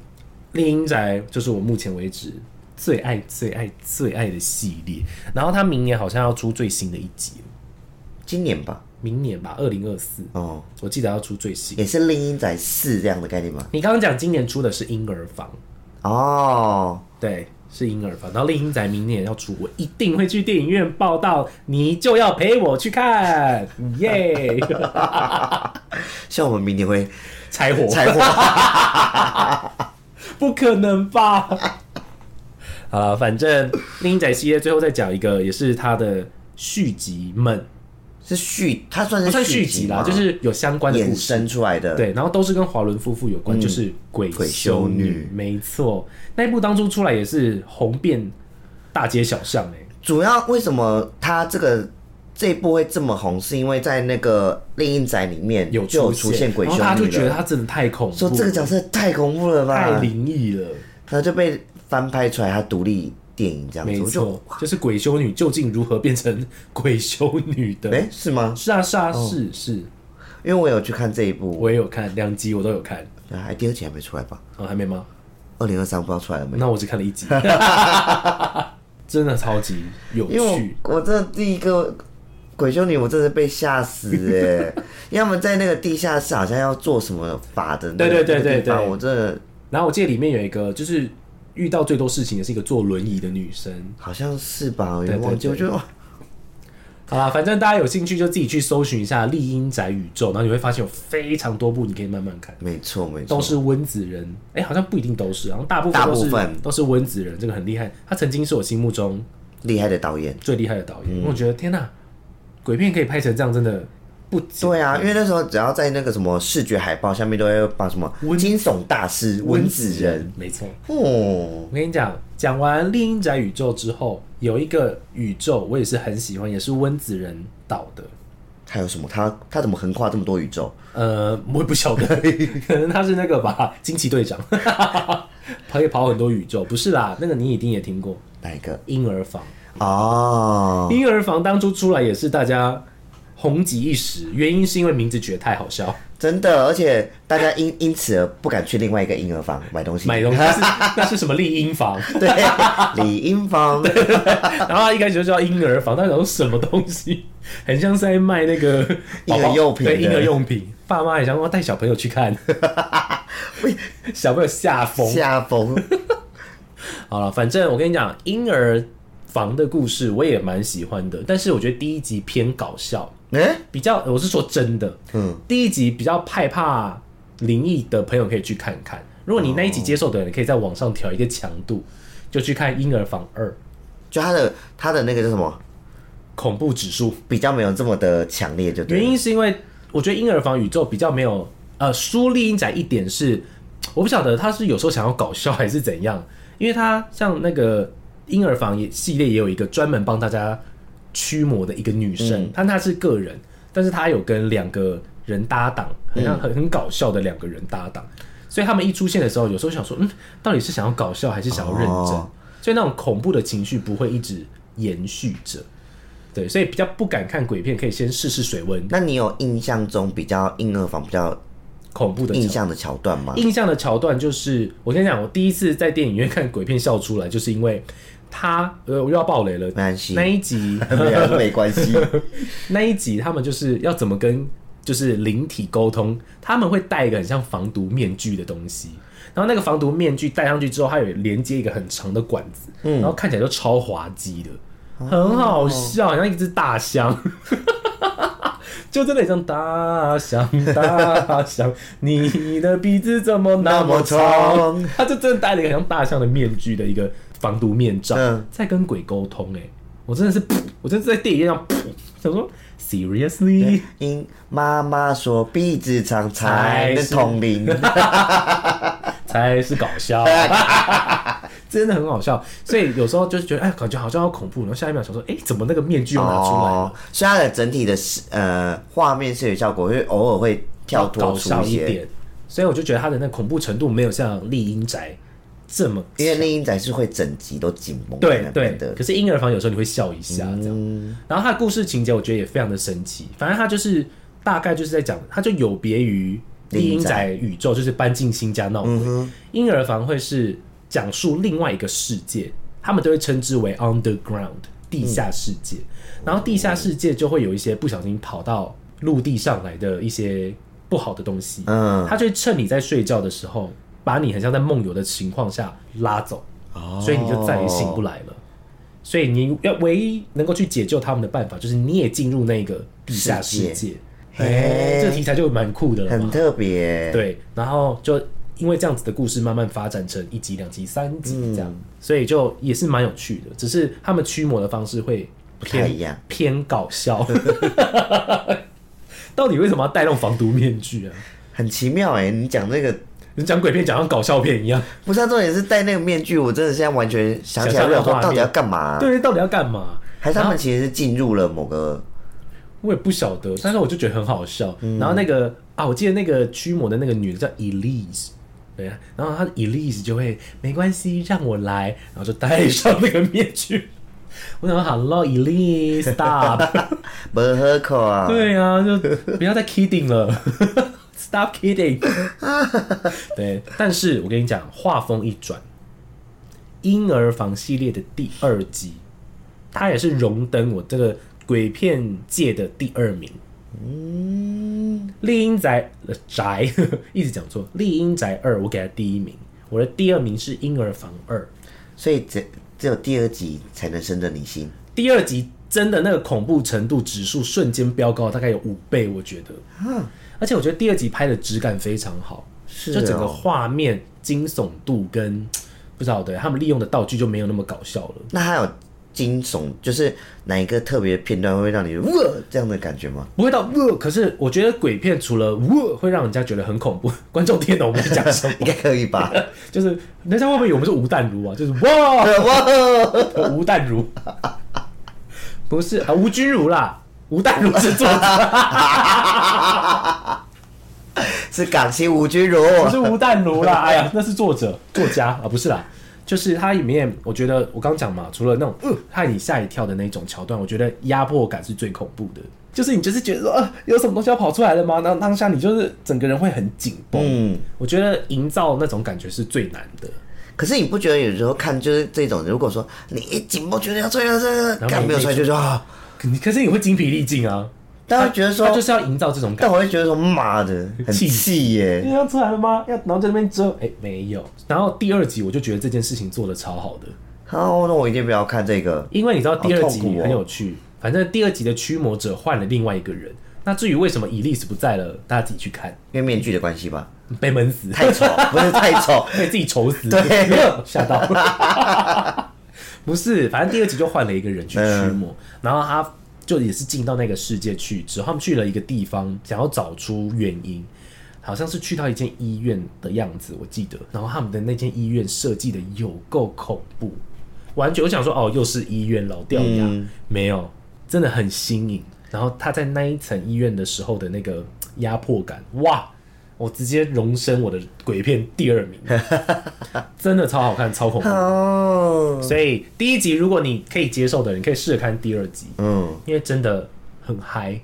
Speaker 1: 猎鹰宅》就是我目前为止最爱、最爱、最爱的系列。然后他明年好像要出最新的一集了，
Speaker 2: 今年吧，
Speaker 1: 明年吧，二零二四，
Speaker 2: 哦，
Speaker 1: 我记得要出最新。
Speaker 2: 也是《猎鹰仔四》这样的概念吧？
Speaker 1: 你刚刚讲今年出的是婴儿房，
Speaker 2: 哦，
Speaker 1: 对，是银耳房，然后丽英仔明年要出，我一定会去电影院报道，你就要陪我去看，耶、
Speaker 2: 像我们明年会
Speaker 1: 柴火，
Speaker 2: 拆货，
Speaker 1: 不可能吧？ 好了，反正丽英仔系列最后再讲一个，也是它的续集们，
Speaker 2: 是续，它算
Speaker 1: 不
Speaker 2: 是
Speaker 1: 算续
Speaker 2: 集
Speaker 1: 集啦，
Speaker 2: 吗
Speaker 1: 就是有相关的故
Speaker 2: 衍
Speaker 1: 事。
Speaker 2: 生出来的。，嗯
Speaker 1: 对，然后都是跟华伦夫妇有关，就是鬼
Speaker 2: 鬼
Speaker 1: 修
Speaker 2: 修女
Speaker 1: 没错。那一部当初出来也是红遍大街小巷哎、
Speaker 2: 主要为什么它这个这一部会这么红，是因为在那个《猎鹰仔》里面
Speaker 1: 有
Speaker 2: 就有
Speaker 1: 出
Speaker 2: 出现鬼
Speaker 1: 然
Speaker 2: 修
Speaker 1: 后大家
Speaker 2: 女
Speaker 1: 就觉得
Speaker 2: 了，
Speaker 1: 他真的太恐怖，
Speaker 2: 说这个角色太恐怖了
Speaker 1: 太
Speaker 2: 吧，
Speaker 1: 灵异了，
Speaker 2: 他就被翻拍出来，他独立电影这样子，
Speaker 1: 没
Speaker 2: 我就
Speaker 1: 错，就是鬼修女究竟如何变成 鬼修女的？
Speaker 2: 哎、是吗？
Speaker 1: 是啊，是啊，
Speaker 2: 哦
Speaker 1: 是是，
Speaker 2: 因为我有去看这一部，
Speaker 1: 我也有看两集，我都有看，
Speaker 2: 哎，第二集还没出来吧？
Speaker 1: 哦，还没吗？
Speaker 2: 二零二三不知道出来了没？
Speaker 1: 那我只看了一 集，真的超级有
Speaker 2: 因
Speaker 1: 趣
Speaker 2: 为，我我这第一个鬼修女，我真的被吓死哎、 因为他们在那个地下室好像要做什么法的那个，
Speaker 1: 对对对
Speaker 2: 那个地方
Speaker 1: 对对
Speaker 2: 我真的
Speaker 1: 然后我记得里面有一个就是遇到最多事情的是一个坐轮椅的女生。
Speaker 2: 好像是吧，我
Speaker 1: 对
Speaker 2: 也
Speaker 1: 对
Speaker 2: 忘记，
Speaker 1: 对
Speaker 2: 我觉得哇
Speaker 1: 好啦，反正大家有兴趣就自己去搜寻一下《丽英宅宇宙》，然后你会发现有非常多部，你可以慢慢看，
Speaker 2: 没错没
Speaker 1: 都
Speaker 2: 错，
Speaker 1: 是温子仁。哎、好像不一定都是，好像大部分
Speaker 2: 大部
Speaker 1: 都是
Speaker 2: 分
Speaker 1: 都是温子仁，这个很厉害。他曾经是我心目中
Speaker 2: 厉害的导演。
Speaker 1: 最厉害的导演，因
Speaker 2: 嗯
Speaker 1: 为我觉得天哪、鬼片可以拍成这样，真的不简
Speaker 2: 对啊，因为那时候只要在那个什么视觉海报下面都会把什么惊悚大师温子仁，，
Speaker 1: 没错。
Speaker 2: 哦，
Speaker 1: 我跟你讲，讲完《猎鹰宅宇宙》之后，有一个宇宙我也是很喜欢，也是温子仁导的。
Speaker 2: 还有什么？他他怎么横跨这么多宇宙？
Speaker 1: 呃，我也不晓得， 可能他是那个吧，惊奇队长， 可以跑很多宇宙。不是啦，那个你一定也听过，
Speaker 2: 哪一个？
Speaker 1: 婴儿房。
Speaker 2: 哦，
Speaker 1: 婴儿房当初出来也是大家红极一时，原因是因为名字取得太好笑，
Speaker 2: 真的，而且大家因因此而不敢去另外一个婴儿房买东西。
Speaker 1: 买东西是那是什么丽婴房，
Speaker 2: 对，李 英房，
Speaker 1: 然后他一开始就叫婴儿房，他想说什么东西，很像是在卖那个
Speaker 2: 婴儿
Speaker 1: 宝宝
Speaker 2: 用品
Speaker 1: 对
Speaker 2: 的
Speaker 1: 婴儿用品。爸妈也想说带小朋友去 看，小朋友吓疯，
Speaker 2: 下风，
Speaker 1: 好了，反正我跟你讲，婴儿房的故事我也蛮喜欢的，但是我觉得第一集偏搞笑，
Speaker 2: 哎、
Speaker 1: 比较我是说真的，嗯，第一集比较害怕灵异的朋友可以去看看。如果你那一集接受的人，可以在网上调一个强度，就去看《婴儿房二》，
Speaker 2: 就他的他的那个叫什么，
Speaker 1: 恐怖指数。
Speaker 2: 比较没有这么的强烈，就对
Speaker 1: 原
Speaker 2: 了。
Speaker 1: 因是因为我觉得《婴儿房宇宙》比较没有呃，苏丽英仔一点是，我不晓得他是有时候想要搞笑还是怎样，因为他像那个《婴儿房》也系列也有一个专门帮大家驱魔的一个女
Speaker 2: 嗯
Speaker 1: 生，但她是个人，但是她有跟两个人搭档，
Speaker 2: 嗯
Speaker 1: 很像很很搞笑的两个人搭档，所以他们一出现的时候，有时候想说，嗯，到底是想要搞笑还是想要认真？
Speaker 2: 哦
Speaker 1: 所以那种恐怖的情绪不会一直延续着。对，所以比较不敢看鬼片，可以先试试水温。
Speaker 2: 那你有印象中比较婴儿房比较
Speaker 1: 恐怖的
Speaker 2: 印
Speaker 1: 桥
Speaker 2: 象的桥段吗？
Speaker 1: 印象的桥段就是，我跟你讲，我第一次在电影院看鬼片笑出来，就是因为他呃，我又要爆雷了。
Speaker 2: 关系
Speaker 1: 那一集，
Speaker 2: 没有 没关系，
Speaker 1: 那一集他们就是要怎么跟就是灵体沟通，他们会戴一个很像防毒面具的东西，然后那个防毒面具戴上去之后，它有连接一个很长的管子，然后看起来就超滑稽的，很好笑，好像一只大象。 就真的很像大象，大象，你的鼻子怎么那么
Speaker 2: 那么
Speaker 1: 长
Speaker 2: 长？
Speaker 1: 他就真的戴了一个很像大象的面具的一个防毒面罩，
Speaker 2: 嗯
Speaker 1: 在跟鬼沟通、欸。哎，我真的是，噗我真的是在电影院上，噗想说 seriously，
Speaker 2: 因妈妈说鼻子长才能通灵，
Speaker 1: 才是搞笑， 真的很好笑。所以有时候就是觉得，哎，感觉好像要恐怖，然后下一秒想说，哎、怎么那个面 具又拿出来了？
Speaker 2: 哦，所以它的整体的视呃画面视觉效果会偶尔会跳脱
Speaker 1: 搞
Speaker 2: 出
Speaker 1: 笑
Speaker 2: 一
Speaker 1: 一
Speaker 2: 些，
Speaker 1: 点，所以我就觉得他的那恐怖程度没有像《丽英宅》这么
Speaker 2: 因为猎鹰仔是会整集都紧绷在
Speaker 1: 对
Speaker 2: 那
Speaker 1: 对
Speaker 2: 边的，嗯
Speaker 1: 可是婴儿房有时候你会笑一下这样，然后他的故事情节我觉得也非常的神奇，反正他就是大概就是在讲，他就有别于丽婴仔宇宙，就是搬进新家闹鬼，
Speaker 2: 嗯
Speaker 1: 婴、儿房会是讲述另外一个世界，他们都会称之为 underground 地下
Speaker 2: 嗯
Speaker 1: 世界，然后地下世界就会有一些不小心跑到陆地上来的一些不好的东西，
Speaker 2: 嗯
Speaker 1: 他就会趁你在睡觉的时候，把你很像在梦游的情况下拉走。
Speaker 2: 哦
Speaker 1: 所以你就再也醒不来了。所以你要唯一能够去解救他们的办法，就是你也进入那个地下世
Speaker 2: 世
Speaker 1: 界。哎，这个题材就蛮酷的了嘛
Speaker 2: 很。特别。，
Speaker 1: 对，然后就因为这样子的故事慢慢发展成一集、两集、三集
Speaker 2: 嗯
Speaker 1: 这样，所以就也是蛮有趣的。只是他们驱魔的方式会
Speaker 2: 不太
Speaker 1: 偏
Speaker 2: 一样
Speaker 1: 偏搞笑。 到底为什么要戴那种防毒面具啊？
Speaker 2: 很奇妙哎、你讲这个，
Speaker 1: 你讲鬼片讲像搞笑片一样，
Speaker 2: 不是、啊、重点是戴那个面具，我真的现在完全想起
Speaker 1: 想
Speaker 2: 来，
Speaker 1: 象那
Speaker 2: 我
Speaker 1: 个
Speaker 2: 想说
Speaker 1: 画面
Speaker 2: 到底要干嘛、
Speaker 1: 对，到底要干嘛？
Speaker 2: 还是他们其实是进入了某个
Speaker 1: 我也不晓得，但是我就觉得很好笑。然后那个啊，我记得那个驱魔的那个女的叫 Elise，对啊，然后她 Elise 就会没关系，让我来，然后就戴上那个面具。 我想说 Hello Elise，stop，
Speaker 2: 不合口啊？
Speaker 1: 对啊，就不要再 kidding 了 ，stop kidding。对，但是我跟你讲，话锋一转，婴儿房系列的第二集，它也是荣登我这个鬼片界的第二名。嗯，丽英宅呃宅 一直讲错，丽英宅二我给它第一名，我的第二名是婴儿房二。
Speaker 2: 所以只只有第二集才能深得你心。
Speaker 1: 第二集真的那个恐怖程度指数瞬间飙高，大概有五倍，我觉得。
Speaker 2: 啊，
Speaker 1: 而且我觉得第二集拍的质感非常好，
Speaker 2: 是
Speaker 1: 就整个
Speaker 2: 哦
Speaker 1: 画面惊悚度跟不知道的他们利用的道具就没有那么搞笑了。
Speaker 2: 那还有惊悚，就是哪一个特别片段会让你哇这样的感觉吗？
Speaker 1: 不会到呃，可是我觉得鬼片除了呃会让人家觉得很恐怖， 观众听得懂我们在讲什 么
Speaker 2: 应，该可 以吧？
Speaker 1: 就是人家会不会以为我们是吴淡如啊？就是哇，
Speaker 2: 哇，
Speaker 1: 吴淡如， 不是啊，吴君如啦，吴淡如是作者，
Speaker 2: 是港星吴君如，
Speaker 1: 不是吴淡如 啦，哎呀，那是作者作家啊，不是啦。就是它里面，我觉得我刚讲嘛，除了那种呃害你吓一跳的那种桥段，我觉得压迫感是最恐怖的。就是你就是觉得说，呃，有什么东西要跑出来了吗？然后当下你就是整个人会很紧绷。
Speaker 2: 嗯，
Speaker 1: 我觉得营造那种感觉是最难的。
Speaker 2: 可是你不觉得有时候看就是这种，如果说你一紧绷觉得要出来了，这
Speaker 1: 后
Speaker 2: 个干没有出来就说啊，
Speaker 1: 可你可是你会精疲力尽啊，
Speaker 2: 但会觉得
Speaker 1: 他就
Speaker 2: 说，
Speaker 1: 是要营造这种感
Speaker 2: 但
Speaker 1: 觉。
Speaker 2: 我会觉得说妈的很
Speaker 1: 气
Speaker 2: 气耶，
Speaker 1: 要出来了吗？要，然后在那边遮，哎、没有。然后第二集我就觉得这件事情做的超好的，
Speaker 2: 好，那我一定不要看这个，
Speaker 1: 因为你知道第二集
Speaker 2: 好痛苦哦
Speaker 1: 很有趣，反正第二集的驱魔者换了另外一个人。那至于为什么伊丽丝不在了，大家自己去看，
Speaker 2: 因为面具的关系吧，
Speaker 1: 被闷死，
Speaker 2: 太丑，不是太丑，
Speaker 1: 被自己愁死，
Speaker 2: 对
Speaker 1: 没有吓到。 不是，反正第二集就换了一个人去驱魔，然后他就也是进到那个世界去，之后他们去了一个地方，想要找出原因，好像是去到一间医院的样子，我记得。然后他们的那间医院设计的有够恐怖，完全我想说哦，又是医院老掉牙，没有，真的很新颖。然后他在那一层医院的时候的那个压迫感，哇！我直接荣升我的鬼片第二名，真的超好看，超恐怖。
Speaker 2: 哦，
Speaker 1: 所以第一集如果你可以接受的人，你可以试着看第二集，
Speaker 2: 嗯，
Speaker 1: 因为真的很嗨，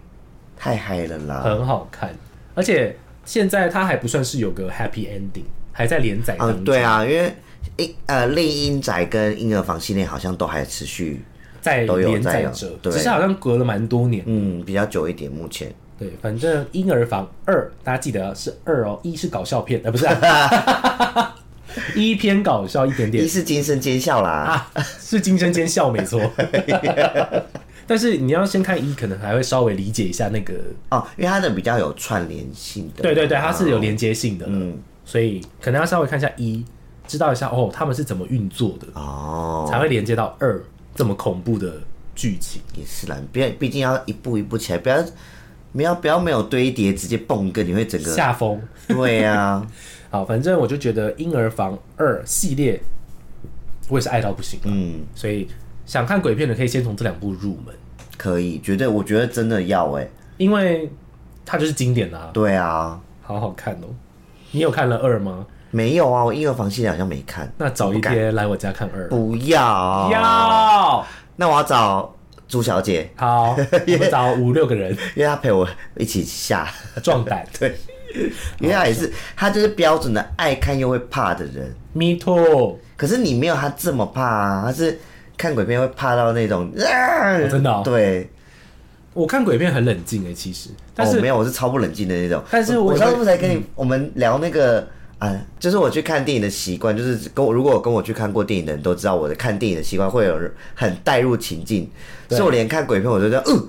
Speaker 2: 太嗨了啦，
Speaker 1: 很好看，而且现在它还不算是有个 happy ending，还在连载当
Speaker 2: 嗯，
Speaker 1: 中。
Speaker 2: 对，啊，因为。一呃，丽英仔跟婴儿房系列好像都还持续，
Speaker 1: 在
Speaker 2: 都有
Speaker 1: 连载
Speaker 2: 在有
Speaker 1: 着，
Speaker 2: 对
Speaker 1: 只是好像隔了蛮多年。
Speaker 2: 嗯，比较久一点。目前
Speaker 1: 对，反正《婴儿房二》大家记得是二哦，一是搞笑片，呃，不是、啊 一偏搞笑一点点
Speaker 2: 一，是惊声尖笑啦，
Speaker 1: 啊，是惊声尖笑没 错。但是你要先看一，可能还会稍微理解一下那个，
Speaker 2: 哦，因为它的比较有串联性的，
Speaker 1: 对对对，它是有连接性的，嗯，所以可能要稍微看一下一，知道一下哦，他们是怎么运作的，
Speaker 2: 哦，
Speaker 1: 才会连接到二这么恐怖的剧情。
Speaker 2: 也是啦，毕毕竟要一步一步起来，不要不要不要没有堆叠，直接蹦一个，你会整个
Speaker 1: 下风，
Speaker 2: 对啊，
Speaker 1: 好，反正我就觉得《婴儿房二》系列，我也是爱到不行了，
Speaker 2: 嗯，
Speaker 1: 所以想看鬼片的可以先从这两部入门，
Speaker 2: 可以，绝对，我觉得真的要哎、
Speaker 1: 因为它就是经典啦、
Speaker 2: 对啊，
Speaker 1: 好好看哦。你有看了二吗？
Speaker 2: 没有啊，我婴儿房系列好像没看，
Speaker 1: 那找一天来我家看二。
Speaker 2: 不要，
Speaker 1: 要
Speaker 2: 那我要找朱小姐，
Speaker 1: 好，我们找五六个人
Speaker 2: 因为她陪我一起下，
Speaker 1: 壮胆。对
Speaker 2: 哦
Speaker 1: 哦
Speaker 2: 因为她也是，她就是标准的爱看又会怕的人，嗯
Speaker 1: ，Me too，
Speaker 2: 可是你没有她这么怕啊，她是看鬼片会怕到那种啊，
Speaker 1: 真的哦
Speaker 2: 对。
Speaker 1: 我看鬼片很冷静哎、其实，但
Speaker 2: 哦、
Speaker 1: 是
Speaker 2: 没有，我是超不冷静的那种。
Speaker 1: 但是我
Speaker 2: 我
Speaker 1: 也
Speaker 2: 上
Speaker 1: 会
Speaker 2: 次才跟你、我们聊那个哎，就是我去看电影的习惯，就是跟我如果有跟我去看过电影的人都知道，我的看电影的习惯会有人很带入情境，所以我连看鬼片我都在嗯，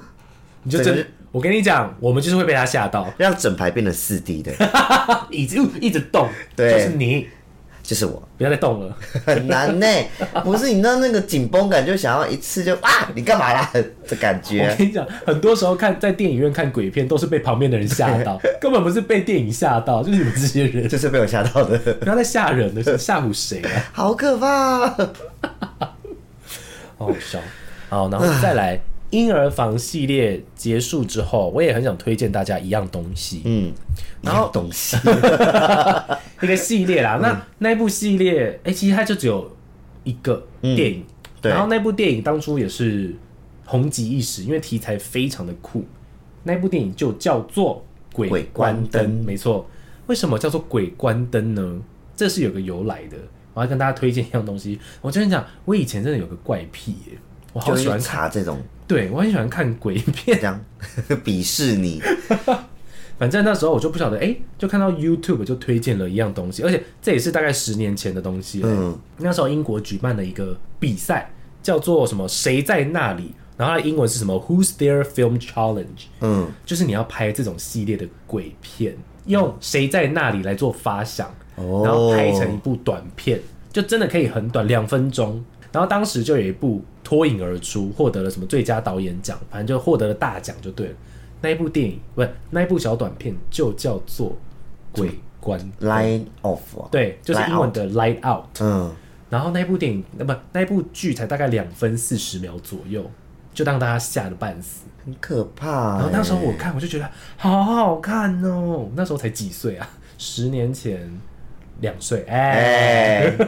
Speaker 1: 你就
Speaker 2: 整个
Speaker 1: 真
Speaker 2: 是，
Speaker 1: 我跟你讲，我们就是会被他吓到，
Speaker 2: 让整排变成四 D 的，
Speaker 1: 椅子啊一直动，
Speaker 2: 对
Speaker 1: 就是你，
Speaker 2: 就是我
Speaker 1: 不要再动了。
Speaker 2: 很难呢、不是你知道那个紧绷感，就想要一次就啊，你干嘛啦的感
Speaker 1: 我
Speaker 2: 觉，
Speaker 1: 跟你讲，很多时候看在电影院看鬼片，都是被旁边的人吓 到，根本不是被电影吓到，就是你们这些人，
Speaker 2: 就是被我吓到的，
Speaker 1: 不要再吓人了，吓唬谁啊？
Speaker 2: 好可怕、
Speaker 1: 好好笑。好，然后再来婴儿房系列结束之后，我也很想推荐大家一样东西，
Speaker 2: 嗯，然后东西，
Speaker 1: 一个系列
Speaker 2: 嗯
Speaker 1: 啦。那那部系列，哎、其实它就只有一个电影，
Speaker 2: 嗯对
Speaker 1: 然后那部电影当初也是红极一时，因为题材非常的酷。那部电影就叫做《鬼
Speaker 2: 鬼
Speaker 1: 关
Speaker 2: 关
Speaker 1: 灯》，
Speaker 2: 灯
Speaker 1: 没错。为什么叫做《鬼关灯》呢？这是有个由来的。我要跟大家推荐一样东西。我真的讲，我以前真的有个怪癖耶、我 好
Speaker 2: 就
Speaker 1: 喜
Speaker 2: 是
Speaker 1: 欢看，
Speaker 2: 查这种
Speaker 1: 对我很喜欢看鬼片
Speaker 2: 这。样 鄙视你，
Speaker 1: 反正那时候我就不晓得，哎、就看到 YouTube 就推荐了一样东西，而且这也是大概十年前的东西了。
Speaker 2: 嗯
Speaker 1: 那时候英国举办了一个比赛，叫做什么“谁在那里”，然后它的英文是什么 “Who's There Film Challenge”，
Speaker 2: 嗯，
Speaker 1: 就是你要拍这种系列的鬼片，用“谁在那里”来做发想，
Speaker 2: 哦
Speaker 1: 然后拍成一部短片，就真的可以很短，两分钟。然后当时就有一部脱颖而出，获得了什么最佳导演奖，反正就获得了大奖就对了。那一部电影不是那一部小短片，就叫做《鬼关》，
Speaker 2: line off，啊
Speaker 1: 对，就是英文
Speaker 2: Line out
Speaker 1: 的《Light Out》。
Speaker 2: 嗯，
Speaker 1: 然后那部电影，那不那部剧才大概两分四十秒左右，就让大家吓得半死。
Speaker 2: 很可怕、欸。
Speaker 1: 然后那时候我看，我就觉得好好看哦。那时候才几岁啊？十年前，两岁，哎、
Speaker 2: 哎、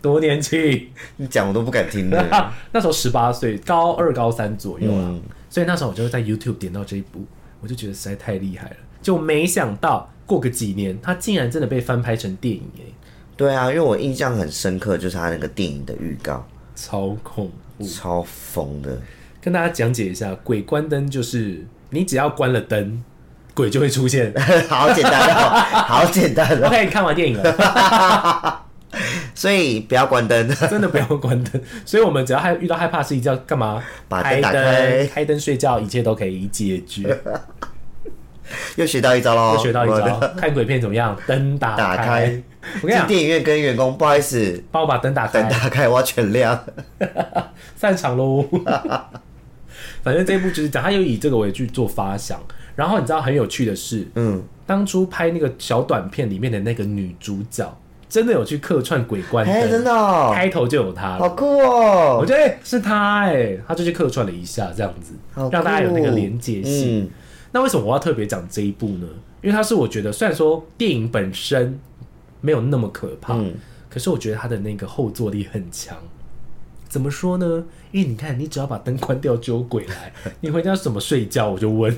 Speaker 1: 多年轻。
Speaker 2: 你讲我都不敢听了。
Speaker 1: 那时候十八岁，高二、高三左右啊。
Speaker 2: 嗯
Speaker 1: 所以那时候我就在 YouTube 点到这一部，我就觉得实在太厉害了。就没想到过个几年，它竟然真的被翻拍成电影、哎，
Speaker 2: 对啊，因为我印象很深刻，就是他那个电影的预告，
Speaker 1: 超恐怖。
Speaker 2: 超疯的。
Speaker 1: 跟大家讲解一下，鬼关灯就是你只要关了灯，鬼就会出 现。
Speaker 2: 好简单 哦，好简单哦，
Speaker 1: OK，你看完电影了。
Speaker 2: 所以不要关灯。
Speaker 1: 真的不要关灯。所以我们只要害遇到害怕的事情，要干嘛？
Speaker 2: 把
Speaker 1: 开
Speaker 2: 灯打
Speaker 1: 灯
Speaker 2: 开、
Speaker 1: 开灯睡觉，一切都可以解决。
Speaker 2: 又学到一招喽，
Speaker 1: 又学到一
Speaker 2: 我
Speaker 1: 招
Speaker 2: 的，
Speaker 1: 看鬼片怎么 样？灯打
Speaker 2: 打开。
Speaker 1: 我跟你
Speaker 2: 进
Speaker 1: 讲，哎
Speaker 2: 电影院跟员工，不好意思，
Speaker 1: 帮我把灯打
Speaker 2: 灯
Speaker 1: 开，
Speaker 2: 打开，我要全亮。
Speaker 1: 散场 喽。反正这一部就是讲，他又以这个为剧做发想。然后你知道很有趣的是，
Speaker 2: 嗯，
Speaker 1: 当初拍那个小短片里面的那个女主角，真的有去客串鬼关
Speaker 2: 哎、
Speaker 1: 灯，
Speaker 2: 真的、哦，
Speaker 1: 开头就有她了
Speaker 2: 好。酷哦
Speaker 1: 我。觉得、欸是他哎、他就去客串了一下，这样子
Speaker 2: 好酷哦
Speaker 1: 让大家有那个连接性。
Speaker 2: 嗯
Speaker 1: 那为什么我要特别讲这一部呢？因为它是我觉得，虽然说电影本身没有那么可怕，
Speaker 2: 嗯
Speaker 1: 可是我觉得它的那个后坐力很强。怎么说呢？因为你看，你只要把灯关掉就有鬼 来，你回家怎么睡觉？我就问，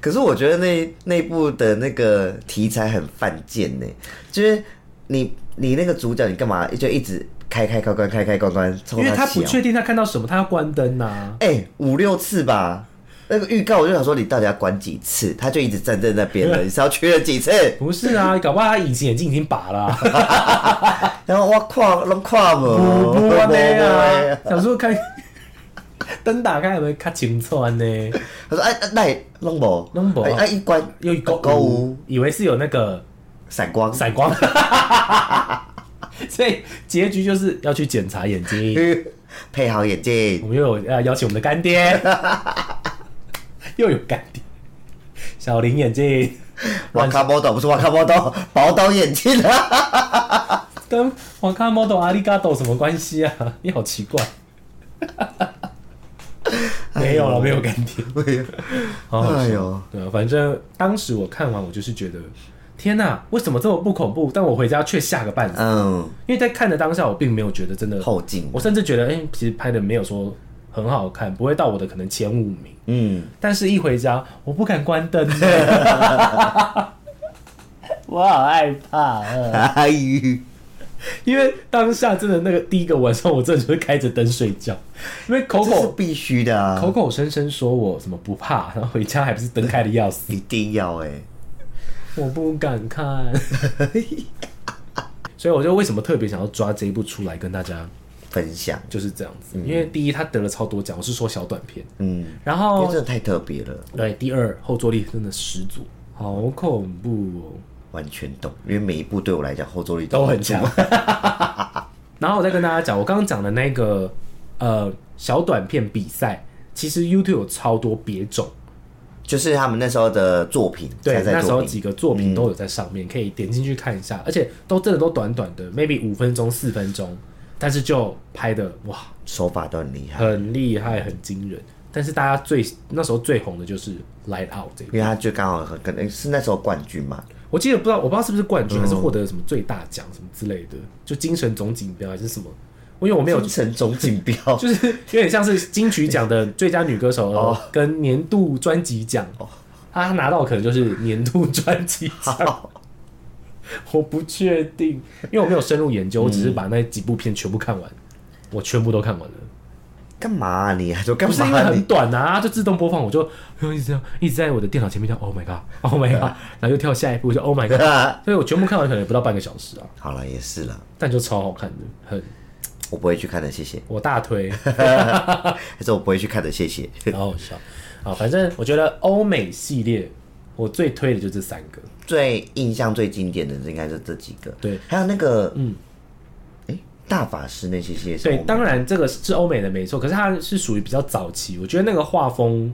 Speaker 2: 可是我觉得那那部的那个题材很犯贱呢，就是你你那个主角你干嘛就一直开开关关开开关关，冲
Speaker 1: 因为他
Speaker 2: 起
Speaker 1: 不
Speaker 2: 哦
Speaker 1: 确定他看到什么，他要关灯呐、
Speaker 2: 哎、五六次吧。那个预告我就想说，你到底要管几次？他就一直站在那 边了，你是要缺了几次？
Speaker 1: 不是 啊，搞不好他隐形眼镜已经拔了、啊，
Speaker 2: 然后我跨拢跨
Speaker 1: 不
Speaker 2: 不，
Speaker 1: 哦不
Speaker 2: 我
Speaker 1: 呢
Speaker 2: 没
Speaker 1: 啊，想说看灯打开有没有看清楚啊 呢？
Speaker 2: 他说哎，哎那也拢无，
Speaker 1: 拢无啊
Speaker 2: 哎哎一关
Speaker 1: 又一勾
Speaker 2: 勾舞
Speaker 1: 以为是有那个
Speaker 2: 闪光，
Speaker 1: 闪光， 所以结局就是要去检查眼睛。
Speaker 2: 配好眼
Speaker 1: 我
Speaker 2: 镜，
Speaker 1: 们又有呃邀请我们的干爹， 又有干爹，小林眼镜
Speaker 2: 瓦卡波豆不是瓦卡波豆，宝岛眼镜啊，
Speaker 1: 跟黄咖 model 阿里嘎多什么关系啊？你好奇 怪。没有了，没有干爹。好好笑
Speaker 2: 哎呦，
Speaker 1: 对啊，反正当时我看完，我就是觉得，天哪，为什么这么不恐怖？但我回家却吓个半死。
Speaker 2: 嗯，
Speaker 1: 因为在看的当下，我并没有觉得真的
Speaker 2: 后劲
Speaker 1: 我，甚至觉得，哎、其实拍的没有说很好看，不会到我的可能前五名。
Speaker 2: 嗯，
Speaker 1: 但是，一回家，我不敢关灯， 我好害怕、啊
Speaker 2: 哎呦，
Speaker 1: 因为当下真的那个第一个晚上，我真的就是开着灯睡觉，因为口
Speaker 2: 这是
Speaker 1: 口
Speaker 2: 必须的啊
Speaker 1: 口，口声声说我什么不怕，然后回家还不是灯开的要死，
Speaker 2: 一定要哎，
Speaker 1: 我不敢看。 所以我就为什么特别想要抓这一部出来跟大家
Speaker 2: 分享，
Speaker 1: 就是这样子，因为第一他得了超多奖，我是说小短片，
Speaker 2: 嗯，
Speaker 1: 然
Speaker 2: 因为
Speaker 1: 后
Speaker 2: 真的太特别了，
Speaker 1: 对第二后坐力真的十足，好恐怖哦。
Speaker 2: 完全懂，因为每一部对我来讲后坐力
Speaker 1: 都很强。 然后我再跟大家讲，我刚刚讲的那个呃小短片比赛，其实 YouTube 有超多别种，
Speaker 2: 就是他们那时候的作品，
Speaker 1: 对
Speaker 2: 参，赛
Speaker 1: 那时候
Speaker 2: 作品，
Speaker 1: 几个作嗯品都有在上面，可以点进去看一下，而且都真的都短短的，maybe 五分钟、四分钟，但是就拍的哇，
Speaker 2: 手法都很厉害，
Speaker 1: 很厉害，很惊人。但是大家最那时候最红的就是《Light Out》这个，
Speaker 2: 因为他就刚好很可能哎是那时候冠军嘛，
Speaker 1: 我记得不知道，我不知道是不是冠
Speaker 2: 嗯
Speaker 1: 军，还是获得了什么最大奖什么之类的，就精神总锦标还是什么，因为我没有
Speaker 2: 精神总锦标，
Speaker 1: 就是有点像是金曲奖的最佳女歌手
Speaker 2: 哦
Speaker 1: 跟年度专辑奖，她拿到可能就是年度专辑奖， 我不确定，因为我没有深入研究，我只是把那几部片全部看完，我全部都看完了，
Speaker 2: 干嘛啊、你还说干
Speaker 1: 不是因为
Speaker 2: 嘛、啊、
Speaker 1: 很
Speaker 2: 你？
Speaker 1: 短啊，就自动播放，我就一直这样一直在我的电脑前面跳，Oh my God，Oh my God，然后又跳下一步，我就 Oh my God，所以我全部看完可能也不到半个小时啊，
Speaker 2: 好了，也是了，
Speaker 1: 但就超好看的，很
Speaker 2: 我不会去看的，谢谢。
Speaker 1: 我大 推。
Speaker 2: 还是我不会去看的，谢 谢。
Speaker 1: 好好笑啊！反正我觉得欧美系列，我最推的就这三个。
Speaker 2: 最印象最经典的应该是这几个，
Speaker 1: 对，
Speaker 2: 还有那个，嗯，哎、大法师那些些是
Speaker 1: 对
Speaker 2: 我，们
Speaker 1: 当然这个是欧美的没错，可是它是属于比较早期，我觉得那个画风，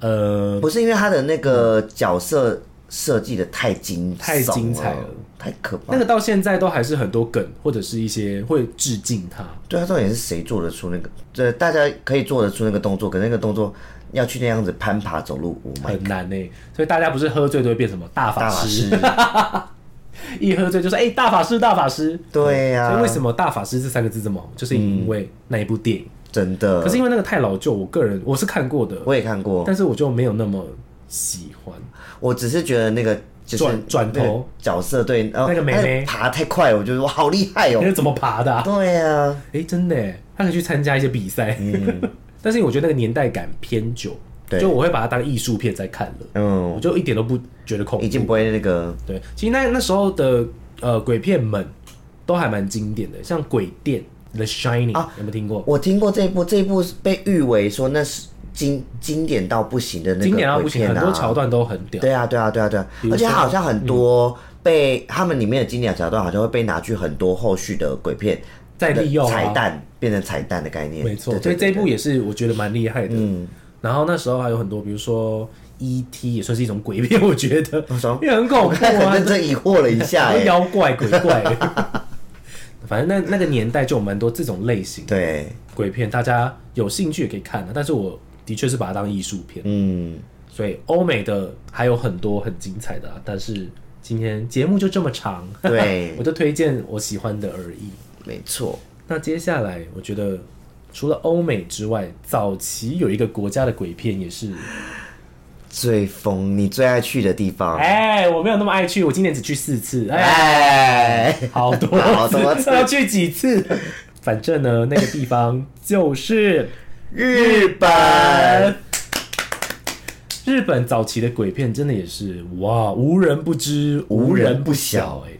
Speaker 1: 呃，
Speaker 2: 不是因为他的那个角色设计的太精
Speaker 1: 太精彩
Speaker 2: 了
Speaker 1: 了，
Speaker 2: 太可怕。
Speaker 1: 那个到现在都还是很多梗或者是一些会致敬它。
Speaker 2: 对啊，重点是谁做得出那个？这大家可以做得出那个动作，可那个动作要去那样子攀爬走路，Oh my
Speaker 1: 很难呢、欸所以大家不是喝醉都会变什么大法
Speaker 2: 大法
Speaker 1: 师，
Speaker 2: 师，
Speaker 1: 一喝醉就说哎、大法师大法师。
Speaker 2: 对啊呀、
Speaker 1: 所以为什么大法师这三个字这么红，就是因为那一部电影。
Speaker 2: 真的，
Speaker 1: 可是因为那个太老旧，我个人我是看过的，
Speaker 2: 我也看过，
Speaker 1: 但是我就没有那么喜欢。
Speaker 2: 我只是觉得那个就是
Speaker 1: 转转头
Speaker 2: 那个角色对，然后
Speaker 1: 那个妹妹
Speaker 2: 她爬太快，我觉得哇好厉害哦
Speaker 1: 你。是怎么爬的、啊？
Speaker 2: 对呀、
Speaker 1: 哎、真的耶，他可以去参加一些比赛。 但是我觉得那个年代感偏久，
Speaker 2: 嗯对
Speaker 1: 就我会把它当艺术片在看了，我
Speaker 2: 嗯，
Speaker 1: 就一点都不觉得恐
Speaker 2: 已
Speaker 1: 怖。
Speaker 2: 经不会那个
Speaker 1: 对，其实那那时候的呃鬼片们都还蛮经典的，像《鬼店》The Shining，、
Speaker 2: 啊
Speaker 1: 有没有听过？
Speaker 2: 我听过这一部，这一部是被誉为说那是经经典到不行的那个
Speaker 1: 经典到不
Speaker 2: 鬼
Speaker 1: 行，
Speaker 2: 片
Speaker 1: 很
Speaker 2: 啊
Speaker 1: 多桥段都很屌。
Speaker 2: 对啊，对啊，对啊，对啊，
Speaker 1: 如
Speaker 2: 而且
Speaker 1: 说
Speaker 2: 好像很多被、他们里面的经典桥段，好像会被拿去很多后续的鬼片
Speaker 1: 再利用啊
Speaker 2: 彩蛋，变成彩蛋的概念。
Speaker 1: 没错，
Speaker 2: 对
Speaker 1: 所以
Speaker 2: 对
Speaker 1: 这一
Speaker 2: 对嗯
Speaker 1: 部也是我觉得蛮厉害的。然后那时候还有很多，比如说 E.T. 也算是一种鬼片，我觉得
Speaker 2: 什么，
Speaker 1: 因为很恐
Speaker 2: 我
Speaker 1: 怖
Speaker 2: 刚才
Speaker 1: 啊
Speaker 2: 很，认 真疑惑了一下、
Speaker 1: 很多
Speaker 2: 哎，
Speaker 1: 妖怪鬼怪。反正那那个年代就有蛮多这种类型的
Speaker 2: 对，
Speaker 1: 鬼片，大家有兴趣也可以看的、啊但是我的确是把它当艺术片，
Speaker 2: 嗯，
Speaker 1: 所以欧美的还有很多很精彩的、啊。但是今天节目就这么长，
Speaker 2: 对
Speaker 1: 我就推荐我喜欢的而已。
Speaker 2: 没错，
Speaker 1: 那接下来我觉得除了欧美之外，早期有一个国家的鬼片也是，
Speaker 2: 最疯，你最爱去的地方，
Speaker 1: 哎、我没有那么爱去，我今年只去四次，哎、
Speaker 2: 哎，
Speaker 1: 好多
Speaker 2: 好多次
Speaker 1: 次，要去几次？反正呢，那个地方就是
Speaker 2: 日本，
Speaker 1: 日本早期的鬼片，真的也是哇，无人不知，
Speaker 2: 无
Speaker 1: 无
Speaker 2: 人
Speaker 1: 人
Speaker 2: 不
Speaker 1: 不
Speaker 2: 晓
Speaker 1: 晓哎、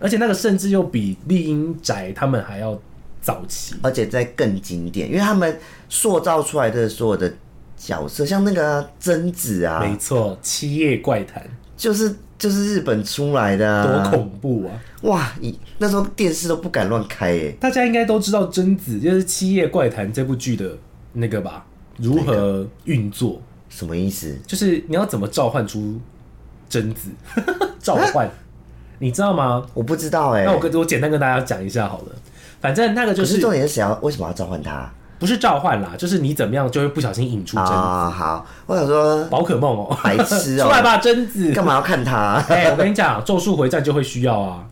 Speaker 1: 而且那个甚至又比丽英宅他们还要早期，
Speaker 2: 而且在更经典，因为他们塑造出来的所有的角色，像那个啊贞子啊，
Speaker 1: 没错，《七夜怪谈
Speaker 2: 就是就是日本出来的、》啊，
Speaker 1: 多恐怖啊！
Speaker 2: 哇！你那时候电视都不敢乱开欸耶，
Speaker 1: 大家应该都知道贞子就是《七夜怪谈》这部剧的那个吧？如何运作？
Speaker 2: 什么意思？
Speaker 1: 就是你要怎么召唤出贞子？ 召唤，你知道吗？
Speaker 2: 我不知道哎。
Speaker 1: 那我跟我简单跟大家讲一下好了。反正那个就
Speaker 2: 可是
Speaker 1: 是
Speaker 2: 重点是谁要为什么要召唤他
Speaker 1: 不是召唤啦，就是你怎么样就会不小心引出贞子。
Speaker 2: 啊？好，我想说
Speaker 1: 宝可梦哦、
Speaker 2: 白痴哦
Speaker 1: 出来吧，贞子！
Speaker 2: 干嘛要看他？
Speaker 1: 哎、我跟你讲，《咒术回战》就会需要啊，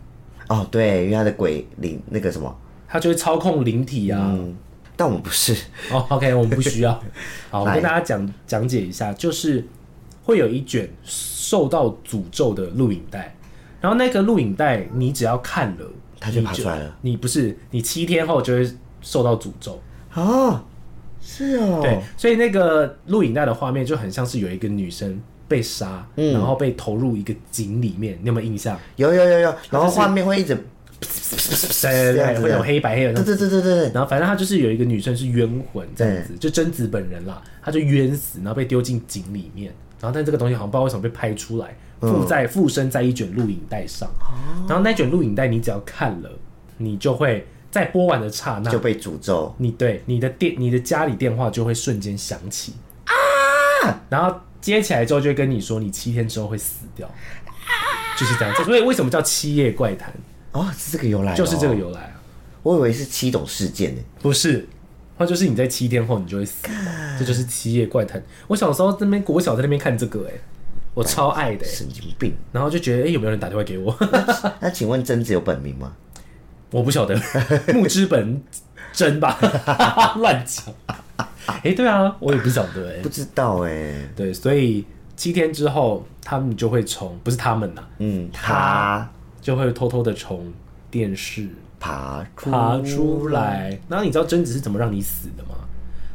Speaker 2: 哦，对，因为他的鬼灵那个什么，
Speaker 1: 它就会操控灵体啊。
Speaker 2: 嗯，但我们不是，
Speaker 1: 哦、o k 我们不需 要。好，我
Speaker 2: 来
Speaker 1: 跟大家讲讲解一下，就是会有一卷受到诅咒的录影带，然后那个录影带你只要看了，
Speaker 2: 它就
Speaker 1: 你
Speaker 2: 爬出来了。
Speaker 1: 你不是，你七天后就会受到诅咒。
Speaker 2: 哦，是哦，
Speaker 1: 对，所以那个录影带的画面就很像是有一个女生被杀，
Speaker 2: 嗯
Speaker 1: 然后被投入一个井里面，你有没有印象？
Speaker 2: 有有有有，然后画面会一直
Speaker 1: 对对对，会有黑白黑的那
Speaker 2: 对
Speaker 1: 种
Speaker 2: 对对对对对，
Speaker 1: 然后反正她就是有一个女生是冤魂这样
Speaker 2: 嗯
Speaker 1: 子，就贞子本人啦，她就冤死，然后被丢进井里面。然后但这个东西好像不知道为什么被拍出来，
Speaker 2: 嗯
Speaker 1: 附在附身在一卷录影带上。
Speaker 2: 哦
Speaker 1: 然后那卷录影带你只要看了，你就会在播完的刹那
Speaker 2: 就，被诅咒。
Speaker 1: 你对你的电你的家里电话就会瞬间响起啊，然后接起来之后就会跟你说你七天之后会死掉，就是这样。所以为什么叫七夜怪谈，
Speaker 2: 哦，是这个由来、
Speaker 1: 就是这个。由来
Speaker 2: 哎
Speaker 1: 啊。
Speaker 2: 我以为是七种事件呢。
Speaker 1: 不是，它就是你在七天后你就会死，这就是七夜怪谈。我小时候在那边国小在那边看这个、欸，我超爱的、欸，
Speaker 2: 神经 病。
Speaker 1: 然后就觉得，哎、有没有人打电话给我？
Speaker 2: 那请问贞子有本名吗？
Speaker 1: 我不晓得， 木之本真吧， 乱讲。哎、对啊，我也不晓得、欸，
Speaker 2: 不知道哎。
Speaker 1: 对，所以七天之后他们就会从，不是他们呐、
Speaker 2: 嗯，爬
Speaker 1: 就会偷偷的从电视
Speaker 2: 爬出
Speaker 1: 爬出。来。然后你知道贞子是怎么让你死的吗？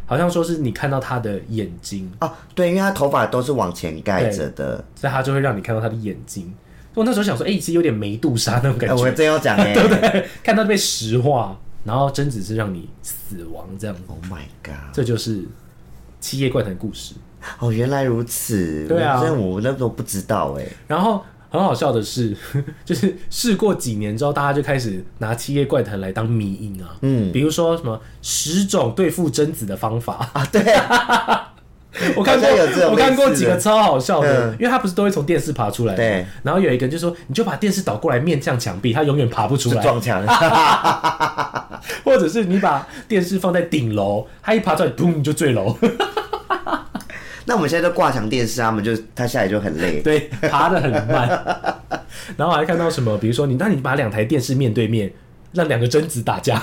Speaker 1: 好像说是你看到他的眼睛，
Speaker 2: 哦，对，因为他头发都是往前盖着的。
Speaker 1: 所以他就会让你看到他的眼睛。我那时候想说，哎、其实有点梅杜莎那种
Speaker 2: 哎、
Speaker 1: 感
Speaker 2: 我
Speaker 1: 觉，
Speaker 2: 真要讲哎、
Speaker 1: 对不对？ 看到被石化，然后贞子是让你死亡这样，
Speaker 2: Oh my god！
Speaker 1: 这就是七夜怪谈故事。
Speaker 2: 哦，原来如此。
Speaker 1: 对啊
Speaker 2: 我真的我那时候不知道哎、
Speaker 1: 然后很好笑的是， 就是试过几年之后，大家就开始拿七夜怪谈来当迷因啊，嗯，比如说什么十种对付贞子的方法啊，对。 我看过
Speaker 2: 好像有这种类似的，
Speaker 1: 我看过几个超好笑的，
Speaker 2: 嗯
Speaker 1: 因为他不是都会从电视爬出来，
Speaker 2: 对。
Speaker 1: 然后有一个就说，你就把电视倒过来面向墙壁，他永远爬不出
Speaker 2: 是
Speaker 1: 来。
Speaker 2: 撞墙。
Speaker 1: 或者是你把电视放在顶楼，他一爬出来，砰就坠楼。
Speaker 2: 那我们现在都挂墙电视，他们就他下来就很累。
Speaker 1: 对，爬得很 慢。然后还看到什么，比如说你，那你把两台电视面对面，让两个贞子打架，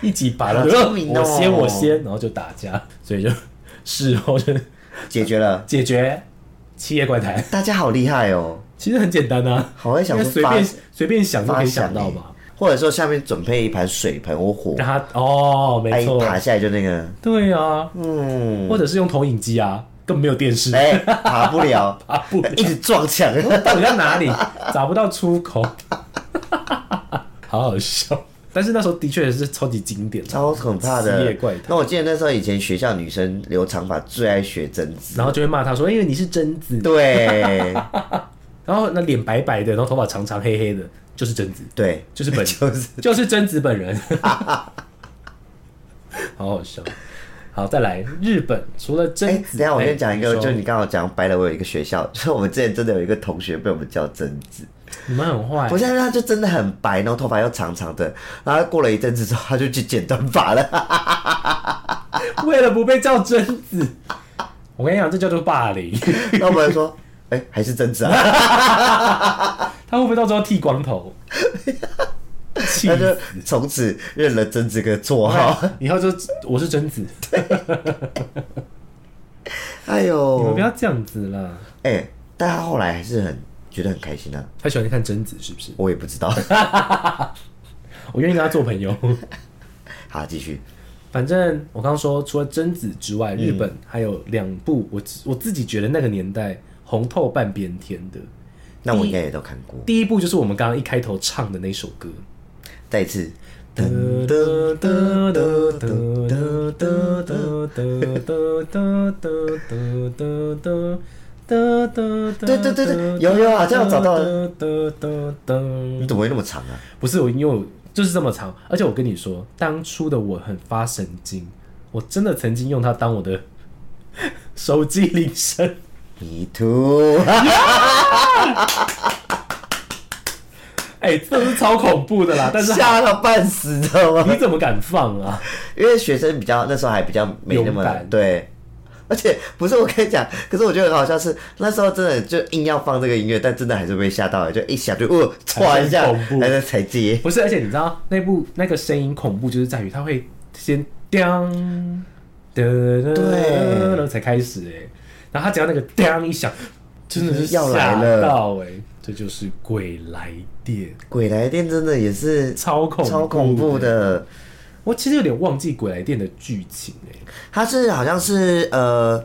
Speaker 1: 一起爬了，
Speaker 2: 好聪明哦
Speaker 1: 我先我先，然后就打架，所以就事后就
Speaker 2: 解决了，
Speaker 1: 解决七夜怪谈，
Speaker 2: 大家好厉害哦！
Speaker 1: 其实很简单啊，
Speaker 2: 好会
Speaker 1: 因
Speaker 2: 想
Speaker 1: 为
Speaker 2: 出
Speaker 1: 随
Speaker 2: 发
Speaker 1: 便随便想都可
Speaker 2: 发
Speaker 1: 以
Speaker 2: 想
Speaker 1: 想到
Speaker 2: 欸
Speaker 1: 嘛。
Speaker 2: 或者说下面准备一盘水盆或火，
Speaker 1: 让他哦，
Speaker 2: 他
Speaker 1: 没
Speaker 2: 一
Speaker 1: 错，
Speaker 2: 爬下来就那个，
Speaker 1: 对啊，
Speaker 2: 嗯，
Speaker 1: 或者是用投影机啊，根本没有电视，
Speaker 2: 哎、爬不了，
Speaker 1: 啊不
Speaker 2: 一直 撞墙。
Speaker 1: 到底在哪里？找不到出口， 好好笑。但是那时候的确是超级经典的，
Speaker 2: 超可怕
Speaker 1: 七
Speaker 2: 的
Speaker 1: 夜怪谈，
Speaker 2: 那我记得那时候以前学校女生留长发最爱学贞子，
Speaker 1: 然后就会骂他说：“因哎为你是贞子。
Speaker 2: 对
Speaker 1: 然后那脸白白的，然后头发长长黑黑的，就是贞子，
Speaker 2: 对，
Speaker 1: 就是本
Speaker 2: 就是
Speaker 1: 就是贞子本人， 好好笑。好，再来日本，除了
Speaker 2: 哎、
Speaker 1: 贞
Speaker 2: 等一
Speaker 1: 子，
Speaker 2: 下我
Speaker 1: 哎
Speaker 2: 跟你讲一个，
Speaker 1: 说
Speaker 2: 就你刚好讲白了，我有一个学校， 就是我们之前真的有一个同学被我们叫贞子，
Speaker 1: 你们很坏
Speaker 2: 不，是，他就真的很白，然后头发又长长的，然后过了一阵子之后，他就去剪短 发了，
Speaker 1: 为了不被叫贞子，我跟你讲，这叫做霸 凌。
Speaker 2: 然后我们说，哎、还是贞子 啊，
Speaker 1: 他会不会到时候剃光 头？气
Speaker 2: 他
Speaker 1: 死
Speaker 2: 就从此认了贞子个绰号，
Speaker 1: 以后就我是贞子，
Speaker 2: 哎
Speaker 1: 你们
Speaker 2: 呦
Speaker 1: 不，要这样子啦。
Speaker 2: 哎、但他后来还是很觉得很开心啊，
Speaker 1: 他喜欢看贞子是不是？
Speaker 2: 我也不知道，
Speaker 1: 我愿意跟他做朋友。
Speaker 2: 好，继续，
Speaker 1: 反正我刚刚说，除了贞子之外，日
Speaker 2: 嗯
Speaker 1: 本还有两部我自我自己觉得那个年代红透半边天的。
Speaker 2: 那我应该也都看过，
Speaker 1: 第一部就是我们刚刚一开头唱的那首 歌，
Speaker 2: 再一次，
Speaker 1: 哒哒哒哒哒哒哒哒哒哒哒哒哒。哒哒哒，
Speaker 2: 对对对对有有啊好像有找到了
Speaker 1: 哒哒哒哒
Speaker 2: 你怎么会那么长啊？
Speaker 1: 不是我，因为我就是这么长，而且我跟你说，当初的我很发神经，我真的曾经用它当我的手机铃声，
Speaker 2: 迷途，
Speaker 1: 哎、这是超恐怖的啦！但 是啊
Speaker 2: 吓到半死，知道吗？
Speaker 1: 你怎么敢放啊？
Speaker 2: 因为学生比较那时候还比较没那
Speaker 1: 勇
Speaker 2: 么
Speaker 1: 敢
Speaker 2: 对，而且不是我跟你讲，可是我觉得很好笑是那时候真的就硬要放这个音乐，但真的还是被吓到了，就一想就哦，唰一下，
Speaker 1: 还是很恐怖
Speaker 2: 还在才接，
Speaker 1: 不是，而且你知道那部那个声音恐怖，就是在于它会先当的，然后才开始哎、然后它只要那个当一响，真的是
Speaker 2: 要来
Speaker 1: 吓
Speaker 2: 了
Speaker 1: 到哎、这就是鬼来电，
Speaker 2: 鬼来电真的也是
Speaker 1: 超恐怖
Speaker 2: 超恐怖的，
Speaker 1: 我其实有点忘记鬼来电的剧情哎、
Speaker 2: 它是好像是呃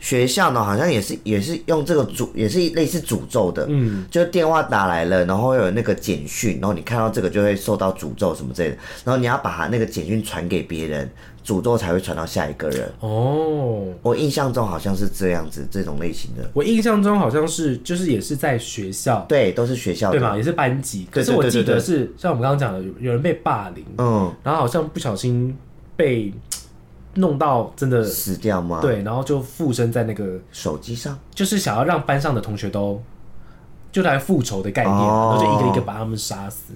Speaker 2: 学校呢，好像也是也是用这个诅，也是类似诅咒的，
Speaker 1: 嗯，
Speaker 2: 就电话打来了，然后会有那个简讯，然后你看到这个就会受到诅咒什么之类的，然后你要把那个简讯传给别人，诅咒才会传到下一个人。
Speaker 1: 哦，
Speaker 2: 我印象中好像是这样子，这种类型的，
Speaker 1: 我印象中好像是就是也是在学校
Speaker 2: 对，都是学校
Speaker 1: 对
Speaker 2: 的，
Speaker 1: 嘛，也是班级，可
Speaker 2: 对
Speaker 1: 是我
Speaker 2: 对对
Speaker 1: 记
Speaker 2: 对
Speaker 1: 得是像我们刚刚讲的，有有人被霸凌，
Speaker 2: 嗯，
Speaker 1: 然后好像不小心被弄到真的
Speaker 2: 死掉吗？，
Speaker 1: 对，然后就附身在那个，
Speaker 2: 手机上，
Speaker 1: 就是想要让班上的同学都就来复仇的概念，
Speaker 2: 哦
Speaker 1: 然后就一个一个把他们杀死，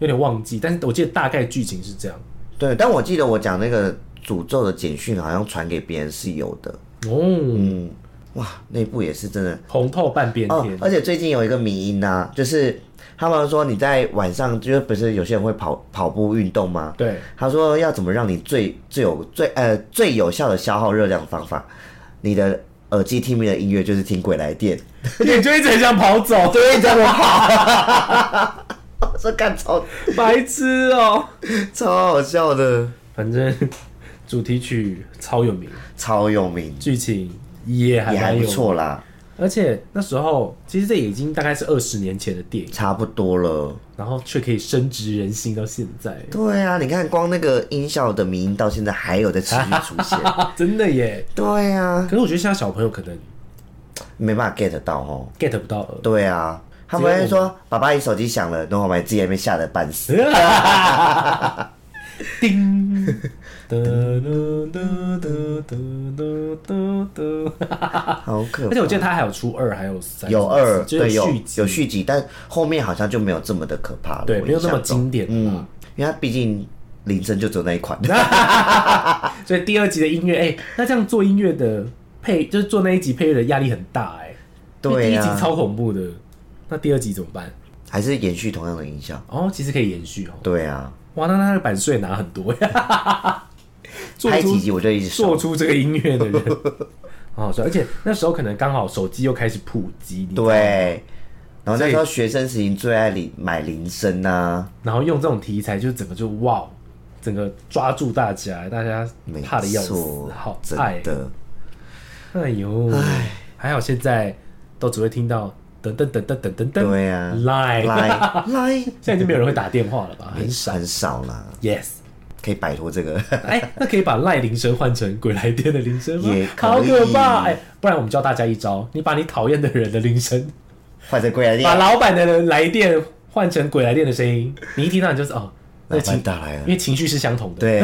Speaker 1: 有点忘记，但是我记得大概剧情是这样。
Speaker 2: 对，但我记得我讲那个诅咒的简讯，好像传给别人是有的，
Speaker 1: 哦，
Speaker 2: 嗯，哇，那部也是真的
Speaker 1: 红透半边
Speaker 2: 哦
Speaker 1: 天，，
Speaker 2: 而且最近有一个迷因呐、就是他们说你在晚上，就是不是有些人会跑跑步运动吗？
Speaker 1: 对，
Speaker 2: 他说要怎么让你最最有最呃最有效的消耗热量的方法，你的耳机听的音乐就是听鬼来电，
Speaker 1: 你就一直很想跑走，
Speaker 2: 对，你知道我跑，说干超
Speaker 1: 白痴哦、
Speaker 2: 超好笑的，
Speaker 1: 反正主题曲超有名，
Speaker 2: 超有名，
Speaker 1: 剧情也还
Speaker 2: 也还
Speaker 1: 蛮有
Speaker 2: 不
Speaker 1: 名
Speaker 2: 错啦，
Speaker 1: 而且那时候其实这已经大概是二十年前的电影，
Speaker 2: 差不多了。，
Speaker 1: 然后却可以深植人心到现在
Speaker 2: 对啊，你看光那个音效的迷音到现在还有在持续出现，
Speaker 1: 真的耶。
Speaker 2: 对啊
Speaker 1: 可，是我觉得现在小朋友可能
Speaker 2: 没办法 get 到哦。
Speaker 1: get 不到了。
Speaker 2: 对啊，他们会说：“爸爸，你手机响了。”然后我们自己还被吓得半死。
Speaker 1: 叮，哒哒哒哒哒哒哒哒。
Speaker 2: 好可怕！
Speaker 1: 而且我记得他还有初二，还有三，
Speaker 2: 有二，
Speaker 1: 就是
Speaker 2: 对，有
Speaker 1: 续集
Speaker 2: 有续集，但后面好像就没有这么的可怕了。
Speaker 1: 对，
Speaker 2: 我
Speaker 1: 没有那么
Speaker 2: 印象中
Speaker 1: 经典了
Speaker 2: 嗯
Speaker 1: 啦。，
Speaker 2: 因为它毕竟铃声就只有那 一款。
Speaker 1: 所以第二集的音乐，哎、那这样做音乐的配，就是做那一集配乐的压力很大、哎，
Speaker 2: 对啊
Speaker 1: 因为第一集超恐怖的，那第二集怎么办？
Speaker 2: 还是延续同样的音效。
Speaker 1: 哦，其实可以延续哦。
Speaker 2: 对啊，
Speaker 1: 哇，那他的版税拿很多呀， 做
Speaker 2: 拍
Speaker 1: 出
Speaker 2: 几集我就一直
Speaker 1: 做
Speaker 2: 说，
Speaker 1: 出这个音乐的人，好好笑。而且那时候可能刚好手机又开始普及，你，
Speaker 2: 对。然后
Speaker 1: 所
Speaker 2: 那
Speaker 1: 以
Speaker 2: 时候学生时期最爱铃买铃声啊呐，
Speaker 1: 然后用这种题材就整个就哇，整个抓住大家，大家
Speaker 2: 没
Speaker 1: 怕的要死，
Speaker 2: 错
Speaker 1: 好，
Speaker 2: 真
Speaker 1: 爱，
Speaker 2: 的。
Speaker 1: 哎呦，还好现在都只会听到噔噔噔噔噔噔噔，
Speaker 2: 对啊
Speaker 1: 来
Speaker 2: 来来，
Speaker 1: 现在就没有人会打电话了 吧？很少
Speaker 2: 很少啦，
Speaker 1: ，yes。
Speaker 2: 可以摆脱这个。
Speaker 1: 哎，那可以把赖铃声换成鬼来电的铃声吗
Speaker 2: 也？
Speaker 1: 好
Speaker 2: 可以
Speaker 1: 可怕！哎，不然我们教大家一招，你把你讨厌的人的铃 声，
Speaker 2: 换成归来
Speaker 1: 把
Speaker 2: 电，
Speaker 1: 老板的来电换成鬼来电的声音，你一听到你就是哦，那
Speaker 2: 老板
Speaker 1: 情
Speaker 2: 打来了
Speaker 1: 因为情绪是相同的，，
Speaker 2: 对，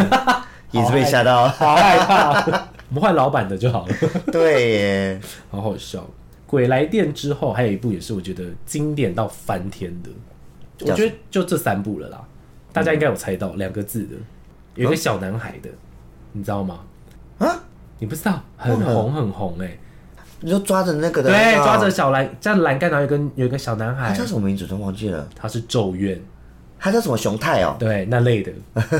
Speaker 2: 也是被吓到。
Speaker 1: 好害怕。 我们换老板的就好了，
Speaker 2: 对耶，
Speaker 1: 好好笑。鬼来电之后还有一部也是我觉得经典到翻天的，我觉得就这三部了啦，大家应该有猜
Speaker 2: 嗯
Speaker 1: 到两个字的，有一个小男孩的，你知道吗？
Speaker 2: 啊，
Speaker 1: 你不知道，很
Speaker 2: 忘了
Speaker 1: 红很红哎、
Speaker 2: 你说抓着那个的那
Speaker 1: 对，
Speaker 2: 个哦，
Speaker 1: 抓着小栏，这样栏杆，然后有个有一个小男
Speaker 2: 他
Speaker 1: 孩，
Speaker 2: 叫什么名字？真忘记了，
Speaker 1: 他是咒怨，
Speaker 2: 他叫什么熊太哦？
Speaker 1: 对，那类的，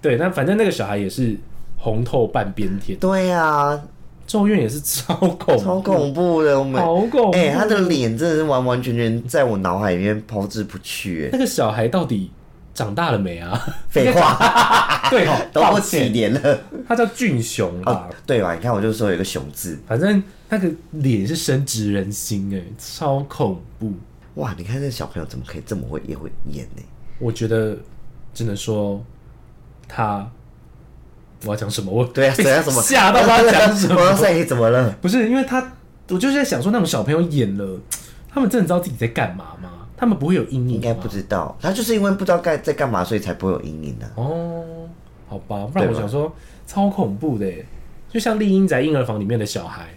Speaker 1: 对，那反正那个小孩也是红透半边天，
Speaker 2: 对呀，
Speaker 1: 咒怨也是超恐怖，
Speaker 2: 超恐怖的，我们
Speaker 1: 好恐怖
Speaker 2: 哎，他的脸真的是完完全全在我脑海里面抛之不 去，哎
Speaker 1: 那个小孩到底长大了没啊？
Speaker 2: 废话，
Speaker 1: 对哦，
Speaker 2: 都
Speaker 1: 抱
Speaker 2: 过几
Speaker 1: 歉，
Speaker 2: 年了
Speaker 1: 他叫俊雄吧，
Speaker 2: 啊？ 对吧？你看我就说有一个熊字，
Speaker 1: 反正那个脸是深植人心哎、超恐怖，
Speaker 2: 哇，你看这小朋友怎么可以这么会也会演呢？
Speaker 1: 我觉得只能说他。我要讲什么？我
Speaker 2: 对啊，谁要什么
Speaker 1: 吓到他讲什么？
Speaker 2: 我要说哎怎么了？
Speaker 1: 不是因为他，我就是在想说，那种小朋友演了，他们真的知道自己在干嘛吗？他们不会有阴影吗？
Speaker 2: 应该不知道，他就是因为不知道该在干嘛，所以才不会有阴影的。啊
Speaker 1: 哦，好吧，不然
Speaker 2: 对
Speaker 1: 我
Speaker 2: 吧
Speaker 1: 想说超恐怖的耶，就像丽英在婴儿房里面的小孩，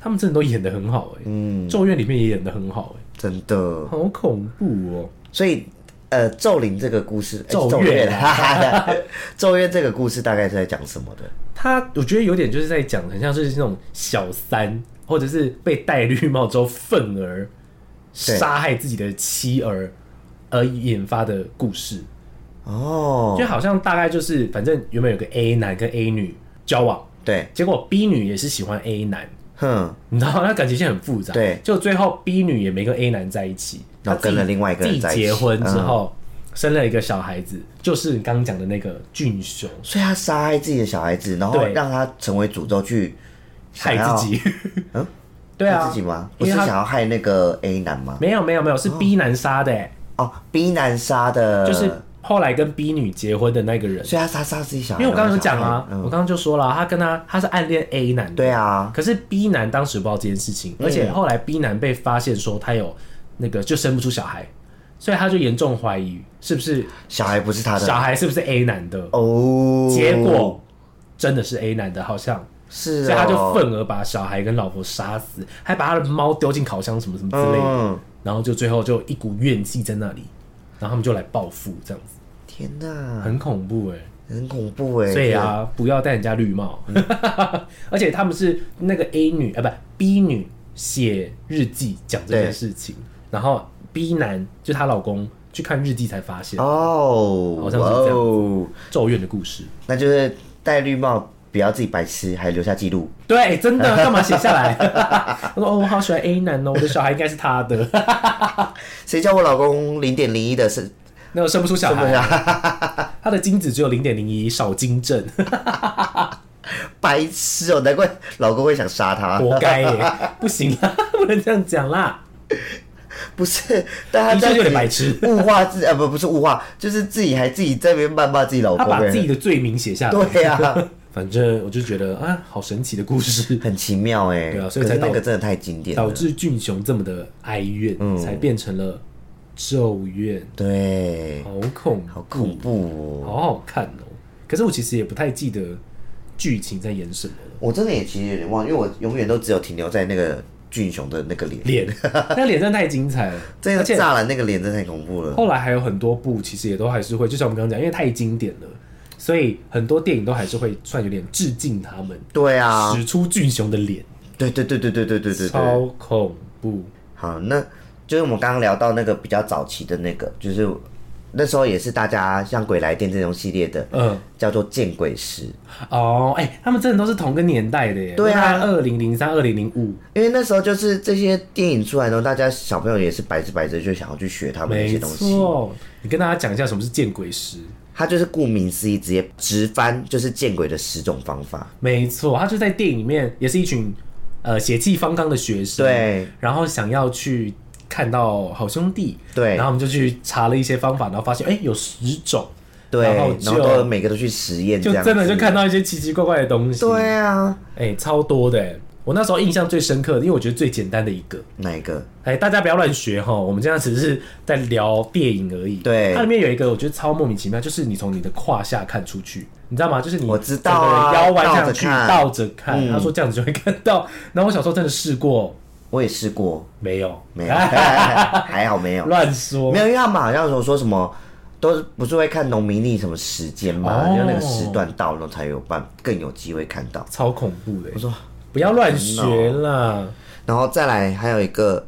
Speaker 1: 他们真的都演的很好哎，
Speaker 2: 嗯，
Speaker 1: 咒怨里面也演的很好哎，
Speaker 2: 真的。
Speaker 1: 好恐怖哦。
Speaker 2: 所以，呃，咒灵这个故事，哎
Speaker 1: 咒怨
Speaker 2: 怨，
Speaker 1: 啊
Speaker 2: 哈哈哈 咒怨这个故事大概是在讲什么的？
Speaker 1: 他我觉得有点就是在讲，很像是那种小三，或者是被戴绿帽之后愤而杀害自己的妻儿而引发的故事。
Speaker 2: 哦
Speaker 1: 就，好像大概就是，反正原本有个 A 男跟 A 女交往，
Speaker 2: 对，
Speaker 1: 结果 B 女也是喜欢 A 男，
Speaker 2: 哼，
Speaker 1: 你知道吗那感情线很复杂。
Speaker 2: 对
Speaker 1: 就最后 B 女也没跟 A 男在一起，
Speaker 2: 然后跟了另外一个人
Speaker 1: 自
Speaker 2: 在一
Speaker 1: 己
Speaker 2: 起嗯
Speaker 1: 结婚之后、生了一个小孩子，就是你刚刚讲的那个俊雄。
Speaker 2: 所以他杀害自己的小孩子，然后
Speaker 1: 对
Speaker 2: 让他成为诅咒去
Speaker 1: 害自己。
Speaker 2: 嗯，
Speaker 1: 对啊，
Speaker 2: 他自己吗？不
Speaker 1: 因
Speaker 2: 是
Speaker 1: 为
Speaker 2: 想
Speaker 1: 他
Speaker 2: 要害那个 A 男吗？
Speaker 1: 没有没有没有是 B 男杀的、欸，
Speaker 2: 哦，B 男杀的，
Speaker 1: 就是后来跟 B 女结婚的那个人。
Speaker 2: 所以他杀杀自己小孩，
Speaker 1: 因为我刚刚有讲啊
Speaker 2: 然后，
Speaker 1: 我
Speaker 2: 想害嗯，
Speaker 1: 刚刚就说了，他跟他他是暗恋 A 男的，
Speaker 2: 对啊，嗯
Speaker 1: 可是 B 男当时不知道这件事情，而且后来 B 男被发现说他有那个就生不出小孩，所以他就严重怀疑是不是
Speaker 2: 小孩不是他的
Speaker 1: 小孩是不是 A 男的，
Speaker 2: 嗯哦，
Speaker 1: 结果真的是 A 男的，好像。
Speaker 2: 是、哦，
Speaker 1: 所以他就愤而把小孩跟老婆杀死，还把他的猫丢进烤箱什么什么之类的，
Speaker 2: 嗯
Speaker 1: 然后就最后就一股怨气在那里，然后他们就来报复，这样子
Speaker 2: 天哪，
Speaker 1: 很恐怖哎、
Speaker 2: 很恐怖哎，
Speaker 1: 所以啊，不要戴人家绿帽。
Speaker 2: 嗯
Speaker 1: 而且他们是那个 A 女啊，不 B 女写日记讲这件事情，然后 B 男就她老公去看日记才发
Speaker 2: 这
Speaker 1: 现
Speaker 2: 个，哦，
Speaker 1: 好像是这样子
Speaker 2: 哦，
Speaker 1: 咒怨的故事。
Speaker 2: 那就是戴绿帽，不要自己白痴，还留下记录。
Speaker 1: 对，真的干嘛写下来？ 他说：“哦，我好喜欢 A 男哦，我的小孩应该是他的，
Speaker 2: 谁叫我老公零点零一的是？
Speaker 1: 那我生不出小
Speaker 2: 什么
Speaker 1: 孩，
Speaker 2: 呀？
Speaker 1: 他的精子只有零点零一，少精症，
Speaker 2: 白痴哦、难怪老公会想杀他。
Speaker 1: 活该耶！不行啦， 不能这样讲啦，
Speaker 2: 不是，但他
Speaker 1: 的确
Speaker 2: 这样
Speaker 1: 有
Speaker 2: 子
Speaker 1: 点白痴
Speaker 2: 物化自啊不不是物化，就是自己还自己在那边谩骂自己老
Speaker 1: 他
Speaker 2: 公、
Speaker 1: 把
Speaker 2: 欸。
Speaker 1: 自己的罪名写下来。
Speaker 2: 对啊，
Speaker 1: 反正我就觉得啊，好神奇的故 事。”
Speaker 2: 很奇妙哎、
Speaker 1: 对啊所以
Speaker 2: 可
Speaker 1: 才
Speaker 2: 是那
Speaker 1: 导
Speaker 2: 个真的太经典
Speaker 1: 导
Speaker 2: 了。
Speaker 1: 致俊雄这么的哀怨，
Speaker 2: 嗯
Speaker 1: 才变成了咒怨，
Speaker 2: 对，
Speaker 1: 好恐
Speaker 2: 好恐怖哦、
Speaker 1: 好好看哦。可是我其实也不太记得剧情在演什么了。
Speaker 2: 我真的也其实有点忘，因为我永远都只有停留在那个俊雄的那个脸，
Speaker 1: 脸，那脸真的太精彩了，
Speaker 2: 这个
Speaker 1: 而且
Speaker 2: 栅栏那个脸真的太恐怖了。
Speaker 1: 后来还有很多部其实也都还是会，就像我们刚刚讲，因为太经典了，所以很多电影都还是会算有点致敬他们，
Speaker 2: 对啊，
Speaker 1: 使出俊雄的脸，
Speaker 2: 对对对对对对对对对。
Speaker 1: 超恐怖。
Speaker 2: 好，那就是我们刚刚聊到那个比较早期的那个，就是那时候也是大家像《鬼来电》这种系列的，
Speaker 1: 嗯，
Speaker 2: 叫做《见鬼师》，
Speaker 1: 哦，哎、他们真的都是同个年代的耶，
Speaker 2: 对啊
Speaker 1: 二零零三、二零零五，
Speaker 2: 因为那时候就是这些电影出来呢，大家小朋友也是白着白着就想要去学他们那
Speaker 1: 没
Speaker 2: 些东西。
Speaker 1: 错，你跟大家讲一下什么是见鬼师。
Speaker 2: 它就是顾名思义，直接直翻就是见鬼的十种方法。
Speaker 1: 没错，他就在电影里面也是一群呃血气方刚的学生，
Speaker 2: 对，
Speaker 1: 然后想要去看到好兄弟，
Speaker 2: 对
Speaker 1: 然后我们就去查了一些方法，然后发现哎有十种，
Speaker 2: 对，
Speaker 1: 然
Speaker 2: 然
Speaker 1: 后
Speaker 2: 后
Speaker 1: 就
Speaker 2: 都每个都去实验，
Speaker 1: 就
Speaker 2: 这样
Speaker 1: 真的就
Speaker 2: 子
Speaker 1: 看。到一些奇奇怪怪的东西，
Speaker 2: 对啊，
Speaker 1: 哎超多的哎，我那时候印象最深刻的，因为我觉得最简单的一个。
Speaker 2: 哪一个？
Speaker 1: 哎，大家不要乱学哈！我们这样只是在聊电影而已。
Speaker 2: 对
Speaker 1: 它里面有一个我觉得超莫名其妙，就是你从你的胯下看出去，你知道吗？就是你
Speaker 2: 我知道
Speaker 1: 整
Speaker 2: 啊
Speaker 1: 个人腰弯上去
Speaker 2: 倒着看
Speaker 1: 倒着
Speaker 2: 嗯
Speaker 1: 看，他说这样子就会看到。然后我小时候真的试过，
Speaker 2: 我也试过，
Speaker 1: 没有，哎
Speaker 2: 没有，还好没有。
Speaker 1: 乱说
Speaker 2: 没。有，因为他们好像说说什么，都是不是会看农民历什么时间嘛，
Speaker 1: 哦
Speaker 2: 就那个时段到了才有办更有机会看到。
Speaker 1: 超恐怖的、
Speaker 2: 我说，哦
Speaker 1: 不要乱学啦！
Speaker 2: 然后再来还有一个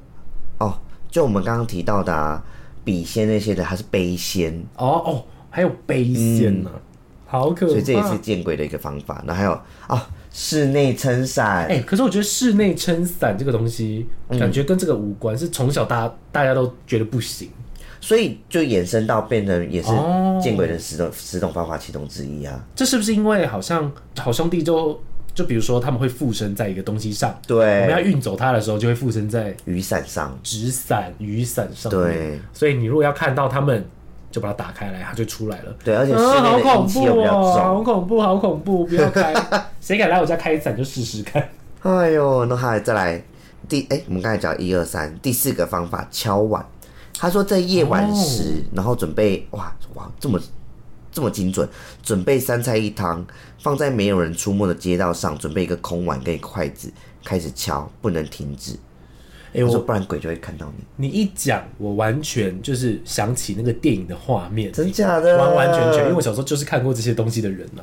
Speaker 2: 哦，就我们刚刚提到的啊，笔仙那些的，它是杯仙，
Speaker 1: 哦哦，还有杯仙呢、好可怕！
Speaker 2: 嗯所以这也是见鬼的一个方法。然后还有哦，室内撑伞，
Speaker 1: 哎、可是我觉得室内撑伞这个东西，
Speaker 2: 嗯
Speaker 1: 感觉跟这个无关，是从小大家大家都觉得不行。
Speaker 2: 所以就衍生到变成也是
Speaker 1: 哦
Speaker 2: 见鬼的十种十种方法其中之一啊。
Speaker 1: 这是不是因为好像好兄弟就就比如说他们会附身在一个东西上，我们要
Speaker 2: 对，
Speaker 1: 运走它的时候就会附身在
Speaker 2: 雨伞上，
Speaker 1: 纸伞、雨伞上面。
Speaker 2: 对，
Speaker 1: 所以你如果要看到他们，就把它打开来，它就出来了。
Speaker 2: 对，而且室
Speaker 1: 啊，好
Speaker 2: 内的阴
Speaker 1: 恐
Speaker 2: 气
Speaker 1: 怖
Speaker 2: 又比较
Speaker 1: 哦！
Speaker 2: 重
Speaker 1: 好。恐怖，好恐怖！不要开， 谁敢来我家开伞就试试看。
Speaker 2: 哎呦，那还再来第哎、我们刚才讲一二三，第四个方法敲碗。他说在夜晚时，然后准备哇哇这么这么精准，准备三菜一汤，放在没有人出没的街道上，准备一个空碗跟一个筷子，开始敲，不能停止。
Speaker 1: 哎、
Speaker 2: 他说
Speaker 1: 我
Speaker 2: 不然鬼就会看到你，
Speaker 1: 你一讲，我完全就是想起那个电影的画面，
Speaker 2: 真假的？
Speaker 1: 完完全全，因为我小时候就是看过这些东西的人啊呢、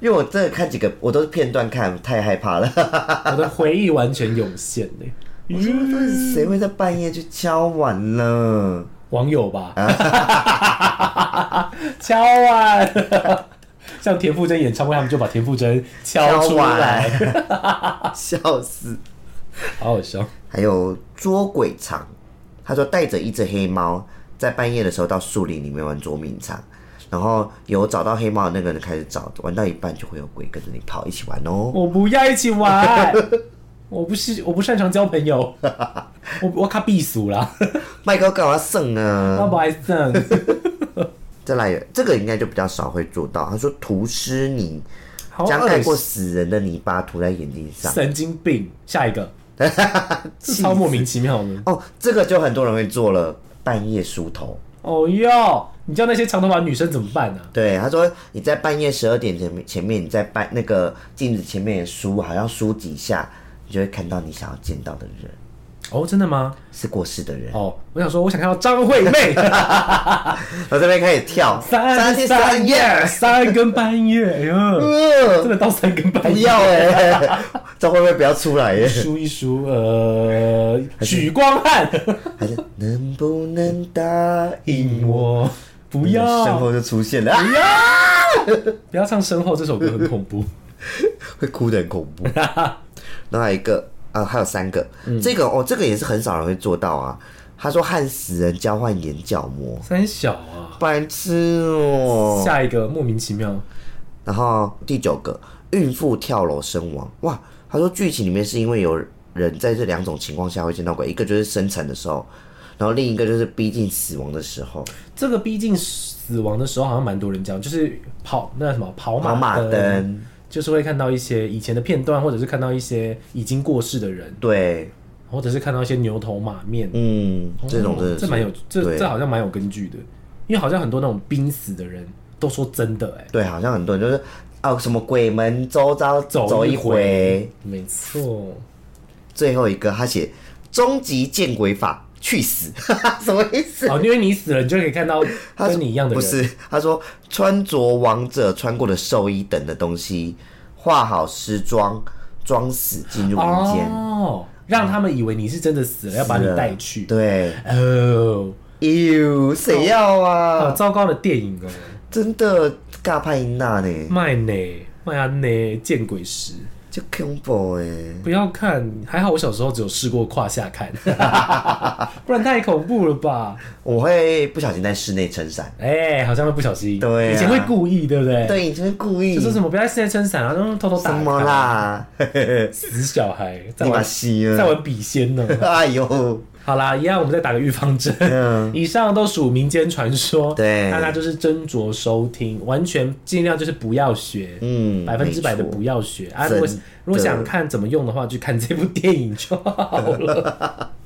Speaker 2: 因为我真的看几个，我都是片段看，太害怕了。
Speaker 1: 我的回忆完全涌现欸呢、
Speaker 2: 我说到底谁会在半夜去敲碗呢？
Speaker 1: 网友吧， 敲完， 像田馥甄演唱会，他们就把田馥甄敲出来，
Speaker 2: 笑死！
Speaker 1: 好好笑。
Speaker 2: 还有捉鬼藏，他说带着一只黑猫，在半夜的时候到树林里面玩捉迷藏，然然后有找到黑猫的那个人开始找，玩到一半就会有鬼跟着你跑，一起玩哦。
Speaker 1: 我不要一起玩，我不是我不擅长交朋友，我我卡避俗啦，
Speaker 2: 麦哥干嘛剩啊？
Speaker 1: 要不然怎？
Speaker 2: 再来，这个应该就比较少会做到。他说涂湿泥，
Speaker 1: 好
Speaker 2: 将盖过
Speaker 1: 恶心，
Speaker 2: 死人的泥巴涂在眼睛上。
Speaker 1: 神经病。下一个，这超莫名其妙的。
Speaker 2: 哦，这个就很多人会做了，半夜梳头。
Speaker 1: 哦哟，你叫那些长头发女生怎么办呢、啊？
Speaker 2: 对，他说你在半夜十二点前面前面，你在半那个镜子前面也梳，好像梳几下，你就会看到你想要见到的人
Speaker 1: 哦，真的吗？
Speaker 2: 是过世的人。
Speaker 1: 哦，我想说，我想看到张惠妹
Speaker 2: 我这边开始跳
Speaker 1: 三
Speaker 2: 天
Speaker 1: 三
Speaker 2: 三
Speaker 1: 夜
Speaker 2: 夜，
Speaker 1: 三更半夜，哎呦，真
Speaker 2: 呃
Speaker 1: 的到三更半
Speaker 2: 不
Speaker 1: 夜。
Speaker 2: 要哎、这会不会不要出 来耶、
Speaker 1: 数一数，呃，许光汉，
Speaker 2: 还是能不能答应我？
Speaker 1: 我不
Speaker 2: 身
Speaker 1: 要
Speaker 2: 后就出现了，啊
Speaker 1: 不要唱《身后》这首歌，很 恐怖。
Speaker 2: 会哭得很恐 怖。然后还有一个啊，还有三个，
Speaker 1: 嗯
Speaker 2: 这个哦，这个也是很少人会做到啊。他说和死人交换眼角膜，
Speaker 1: 三小啊，
Speaker 2: 白痴哦、
Speaker 1: 下一个莫名其妙，
Speaker 2: 然后第九个，孕妇跳楼身亡。哇，他说剧情里面是因为有人在这两种情况下会见到鬼，一个就是生产的时候，然后另一个就是逼近死亡的时候。
Speaker 1: 这个逼近死亡的时候，好像蛮多人讲，就是跑那什么跑
Speaker 2: 跑马
Speaker 1: 灯，
Speaker 2: 灯，
Speaker 1: 就是会看到一些以前的片段，或者是看到一些已经过世的人，
Speaker 2: 对，
Speaker 1: 或者是看到一些牛头马面，
Speaker 2: 嗯，这种真的
Speaker 1: 哦
Speaker 2: 是
Speaker 1: 这蛮有这
Speaker 2: 对
Speaker 1: 这好像蛮有根据的，因为好像很多那种濒死的人都说真的哎、
Speaker 2: 对，好像很多人就是哦什么鬼门周遭
Speaker 1: 走
Speaker 2: 走
Speaker 1: 一
Speaker 2: 一回。
Speaker 1: 没错，
Speaker 2: 最后一个他写终极见鬼法，去死， 什么意思？
Speaker 1: 哦，因为你死了，你就可以看到
Speaker 2: 他
Speaker 1: 跟你一样的
Speaker 2: 不
Speaker 1: 人，
Speaker 2: 是，他说穿着王者穿过的寿衣等的东西，化好尸妆，装死进入阴间。啊
Speaker 1: 哦，让他们以为你是真的死了，要把你带去，
Speaker 2: 对，
Speaker 1: 哦，
Speaker 2: 哟，谁
Speaker 1: 好
Speaker 2: 要啊？
Speaker 1: 糟糕的电影哦，
Speaker 2: 真的尬派因娜呢，
Speaker 1: 卖呢卖啊呢，见鬼时
Speaker 2: 就 combo 哎。
Speaker 1: 不要看，还好我小时候只有试过胯下看， 不然太恐怖了吧？
Speaker 2: 我会不小心在室内撑伞，
Speaker 1: 哎、好像会不小心，
Speaker 2: 对啊
Speaker 1: 以前会故意，对不对？，
Speaker 2: 对，你就是故意
Speaker 1: 就说
Speaker 2: 什
Speaker 1: 什么不要在室内撑伞啊，然后偷偷打
Speaker 2: 么
Speaker 1: 开，
Speaker 2: 啦？
Speaker 1: 死小孩在
Speaker 2: 你把
Speaker 1: 玩
Speaker 2: 吸
Speaker 1: 在
Speaker 2: 了，
Speaker 1: 玩笔仙 呢。
Speaker 2: 哎呦，
Speaker 1: 好啦，一样，我们再打个预防针。以上都属民间传说，
Speaker 2: 嗯对
Speaker 1: 大家就是斟酌收听，完全尽量就是不要学，
Speaker 2: 嗯，
Speaker 1: 百分之百的
Speaker 2: 没错
Speaker 1: 不要学啊。如果
Speaker 2: 真的
Speaker 1: 如果想看怎么用的话，去看这部电影就好了。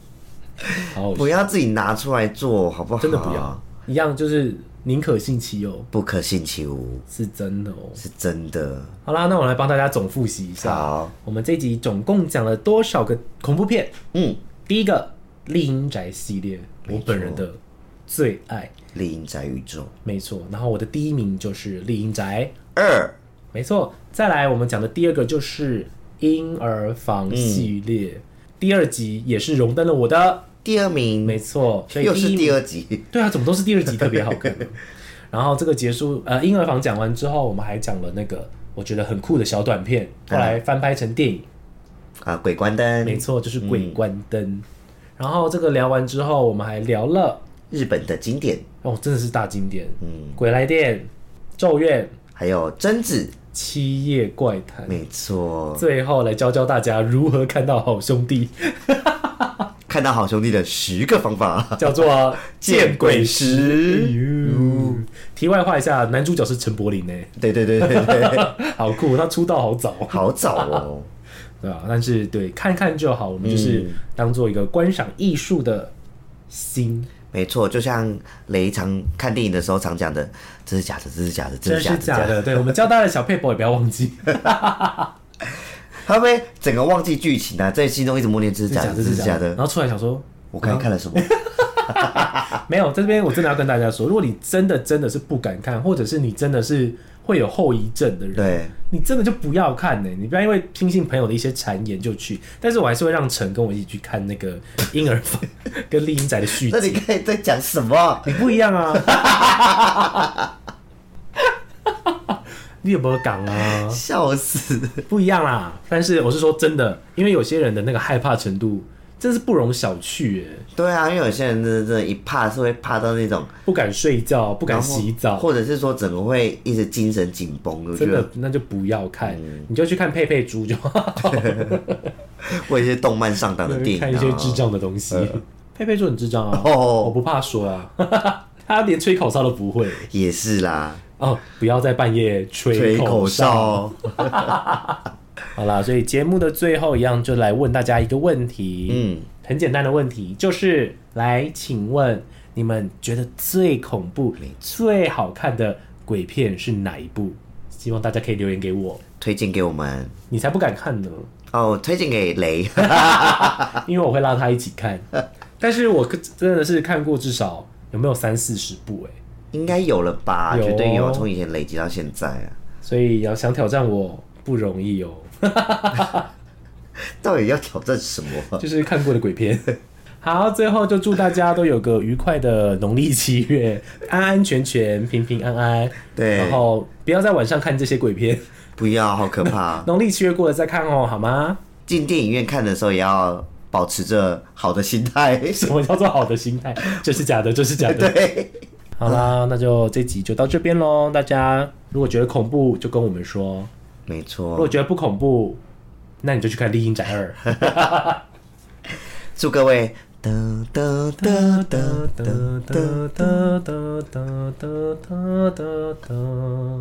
Speaker 1: 好，
Speaker 2: 不要自己拿出来做，好不好？
Speaker 1: 真的不要，，一样就是宁可信其有，
Speaker 2: 不可信其无，
Speaker 1: 是真的哦。
Speaker 2: 是真的。
Speaker 1: 好啦，那我来帮大家总复习一下，
Speaker 2: 好，
Speaker 1: 我们这集总共讲了多少个恐怖片？
Speaker 2: 嗯，
Speaker 1: 第一个《丽英宅》系列，我本人的最爱，
Speaker 2: 丽英宅宇宙
Speaker 1: 没错。然后我的第一名就是《丽英宅》，
Speaker 2: 二，
Speaker 1: 没错。再来，我们讲的第二个就是婴儿房系列，第二集也是荣登了我的，
Speaker 2: 第二名，
Speaker 1: 没错。所以
Speaker 2: 又是
Speaker 1: 一名
Speaker 2: 第二集，
Speaker 1: 对啊，怎么都是第二集特别好看呢。然后这个结束，呃，婴儿房讲完之后，我们还讲了那个我觉得很酷的小短片，后来翻拍成电影，
Speaker 2: 啊，鬼关灯，
Speaker 1: 没错，就是
Speaker 2: 嗯
Speaker 1: 《鬼关灯》然后这个聊完之后，我们还聊了，
Speaker 2: 日本的经典，
Speaker 1: 哦，真的是大经典，
Speaker 2: 嗯
Speaker 1: 鬼来电》《咒怨》《
Speaker 2: 还有贞子，
Speaker 1: 七夜怪谈》，
Speaker 2: 没错，
Speaker 1: 最后来教教大家如何看到好兄 弟，
Speaker 2: 看到好兄弟的十个方法，
Speaker 1: 叫做
Speaker 2: 见鬼时嗯
Speaker 1: 哎呦题外话一下，男主角是陈柏霖呢，欸
Speaker 2: 对对对对 对，
Speaker 1: 好酷，他出道好早。
Speaker 2: 好早哦，
Speaker 1: 对啊，但是对看看就好，我们就是
Speaker 2: 嗯
Speaker 1: 当做一个观赏艺术的心，
Speaker 2: 没错，就像雷常看电影的时候常讲的，这是假的，这是假的，这
Speaker 1: 真
Speaker 2: 是假
Speaker 1: 是
Speaker 2: 的，
Speaker 1: 假的。对我们教大家的小 paper 也不要忘记，
Speaker 2: 他会不会整个忘记剧情啊，在心中一直默念这是假的，
Speaker 1: 这
Speaker 2: 这是假的
Speaker 1: 然，后出来想说，啊
Speaker 2: 我刚才看了什么？
Speaker 1: 没有，在这边我真的要跟大家说，如果你真的真的是不敢看，或者是你真的是会有后遗症的人，
Speaker 2: 对，
Speaker 1: 你真的就不要看呢、你不要因为听信朋友的一些谗言就去。但是我还是会让陈跟我一起去看那个婴儿 房跟丽英仔的续
Speaker 2: 那
Speaker 1: 集，
Speaker 2: 你刚才在讲什么？
Speaker 1: 你不一样啊。
Speaker 2: 啊
Speaker 1: 你有没有讲啊？
Speaker 2: 笑死！
Speaker 1: 不一样啦。但是我是说真的，因为有些人的那个害怕程度真是不容小觑哎，
Speaker 2: 对啊，因为有些人真的真的，一怕是会怕到那种
Speaker 1: 不敢睡觉，不敢
Speaker 2: 然后
Speaker 1: 洗澡，
Speaker 2: 或者是说整个会一直精神紧绷。我觉
Speaker 1: 真
Speaker 2: 得嗯
Speaker 1: 的那就不要看，你就去看佩佩猪就好，
Speaker 2: 或者是动漫上档的电影、啊，呃
Speaker 1: 看一些智障的东西。佩佩猪很智障啊，
Speaker 2: 哦
Speaker 1: 我不怕说啊， 他连吹口哨都不会
Speaker 2: 也是啦，
Speaker 1: 哦，不要在半夜
Speaker 2: 吹
Speaker 1: 吹
Speaker 2: 口
Speaker 1: 口哨。
Speaker 2: 哨。
Speaker 1: 好啦，所以节目的最后一样就来问大家一个问题，
Speaker 2: 嗯，
Speaker 1: 很简单的问题，就是来，请问你们觉得最恐怖、最好看的鬼片是哪一部？希望大家可以留言给我，
Speaker 2: 推荐给我们
Speaker 1: 你才不敢看呢，
Speaker 2: 哦，推荐给雷。
Speaker 1: 因为我会拉他一起看。但是我可真的是看过至少有没有三四十部哎、
Speaker 2: 应该有了吧？
Speaker 1: 有啊
Speaker 2: 绝对有，从以前累积到现在啊！
Speaker 1: 所以要想挑战我不容易哦。
Speaker 2: 到底要挑战什么？
Speaker 1: 就是看过的鬼 片。好，最后就祝大家都有个愉快的农历七月，安安全全、平平安安。
Speaker 2: 对
Speaker 1: 然后不要在晚上看这些鬼片，
Speaker 2: 不要，好 可怕！
Speaker 1: 农历七月过了再看哦，好吗？
Speaker 2: 进电影院看的时候也要保持着好的心 态。
Speaker 1: 什么叫做好的心 态？这是假的，这是假的。
Speaker 2: 对，
Speaker 1: 好啦，那就这集就到这边喽。大家如果觉得恐怖，就跟我们说；
Speaker 2: 没
Speaker 1: 如果
Speaker 2: 错。
Speaker 1: 觉得不恐怖，那你就去看《丽英宅二》。
Speaker 2: 祝各位哒哒哒哒哒
Speaker 1: 哒
Speaker 2: 哒。
Speaker 1: 哒哒哒哒哒哒。